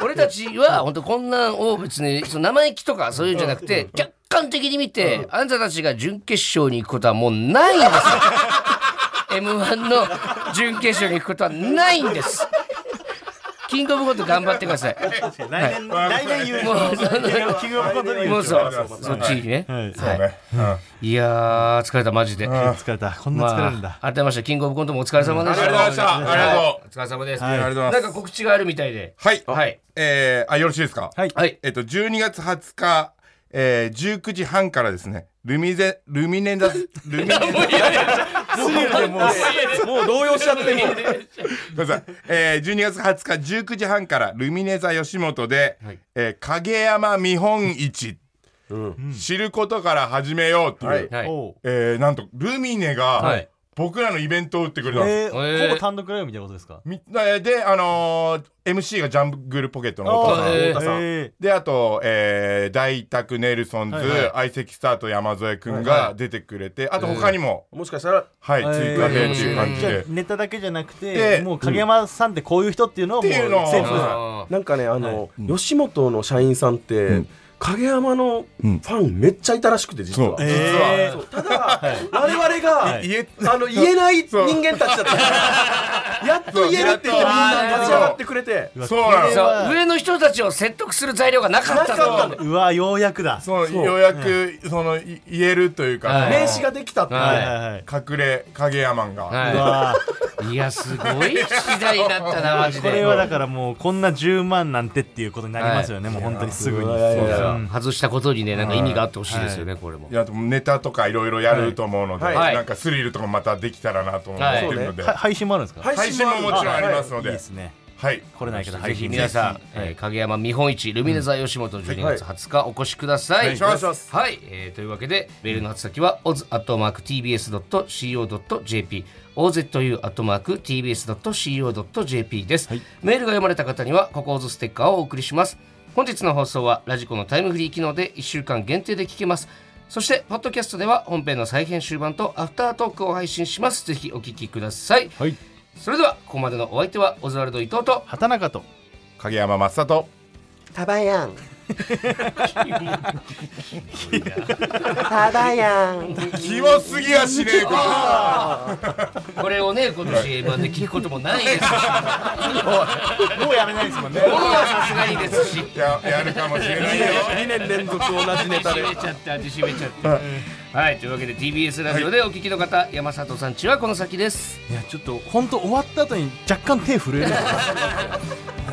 S2: 俺たちは本当こんなんを別にその生意気とかそういうんじゃなくて客観的に見てあんたたちが準決勝に行くことはもうないんです m 1の準決勝に行くことはないんですキングオブコント頑張ってください
S3: 来年来年言う
S2: もう
S3: キングオブコントに
S2: もう
S3: 言
S2: そう
S1: そうそう
S2: そっちにね、
S3: はい
S1: そうね、うん
S2: いやー疲れたマジでま
S3: 疲れたこんな疲れるん
S2: あ
S3: だ
S2: 改めましてキングオブコントもお疲れ様でした
S1: ありがとうございましたありがとう
S2: お疲れ様です、
S3: はい
S1: ありがとうござ
S2: ないん
S1: ま
S2: か
S1: す
S2: 告知があるみたいで
S1: はい、
S2: はい
S1: えー、あよろしいですか
S3: はい
S2: はい
S1: えっと12月20日えー、19時半からですねルミゼルミネダスルミネダス
S5: もう動揺しちゃってもう
S1: ごめんなさい。えー、12月20日19時半からルミネ座吉本で、
S2: はい
S1: えー影山見本市、知ることから始めようっていう、
S5: はい
S2: はい
S3: おう
S1: えーなんとルミネ
S2: は
S1: が
S2: い
S1: 僕らのイベントを打ってくれたんです。
S3: え
S2: え
S3: ー
S2: ー
S3: ほぼ単独ライブみたいなことですか
S1: みえーで、あのー MC がジャングルポケットの
S3: あ
S1: 太
S2: ーえー
S1: 田さん。太田さん
S3: え
S1: で、あと、えー大宅ネルソンズ、
S3: はいはい
S1: 相席スタート山添くんが出てくれて、あと他にも、
S5: もしかしたら
S1: はい、
S3: ー
S1: 追加でっていう感じ
S3: じゃあ
S1: で。
S3: ネタだけじゃなくて
S1: で
S3: もう影山さんってこういう人っていうのをも
S1: っていうのを
S3: セーフ
S1: あ
S2: あー
S5: なんかねあの、吉本の社員さんって、影山のファンめっちゃいたらしくて実は、
S1: そう
S5: 実は
S7: えー
S5: そうただ我々が
S1: 言え
S5: あの言えない人間たちだったやっと言えるって言ってみんな立ち上がってくれて
S1: そうなの
S2: そう上の人たちを説得する材料がなかっ
S5: な
S2: た
S5: かった
S2: の
S5: の
S3: うわようやくだ
S1: そのようやくそのい言えるというか
S2: はい
S5: 名
S1: そ
S5: 刺ができたっていう
S2: はい
S3: はい
S1: の隠れ影山が、
S3: う
S2: は
S3: わ
S2: いいやすごい時代だったなマジ
S3: こ
S2: で
S3: れはだからもうこんな10万なんてっていうことになりますよね、もう本当にすぐにそう
S2: だか
S3: だ
S2: ら外したことにねなんか意味があってほしいですよねこれも
S1: いやでもネタとかいろいろやると思うので、
S2: いはい
S1: なんかスリルとかまたできたらなと思ってるので、
S3: は配信もあるんですか、
S5: 配
S1: 配信ももちろんありますの
S3: いい
S1: で、
S3: ですね
S1: はい、
S3: 来れないけど
S2: ぜ
S3: 配
S2: ひ
S3: 信
S2: 皆さん、えー影山見本市ルミネ座吉本12月20日お越しください。。
S1: はいお願いします
S2: はい、えーというわけでメールの宛先は oz@tbs.co.jp ozu@tbs.co.jp です、メールが読まれた方にはここオズステッカーをお送りします。本日の放送はラジコのタイムフリー機能で1週間限定で聞けます。そして、ポッドキャストでは本編の再編集版とアフタートークを配信します。ぜひお聞きください。
S3: はい
S2: それでは、ここまでのお相手は、オズワルド伊藤と、
S3: 畑中と
S1: 影山正人
S8: たばや
S1: [LAUGHS]
S8: ん。たばやん。
S1: キモすぎやしねえか
S2: これをね今年 M1 で聞くこともないですしも
S7: [LAUGHS] もうやめないですもんね
S2: うはさすがにですし
S1: ややるかもしれないよ
S5: 2年連続同じネタ
S2: 味
S5: で
S2: しめちゃって味しめちゃってはいというわけで TBS ラジオでお聞きの方、山里さんちはこの先です
S3: いやちょっと本当終わった後に若干手震えるいやよかった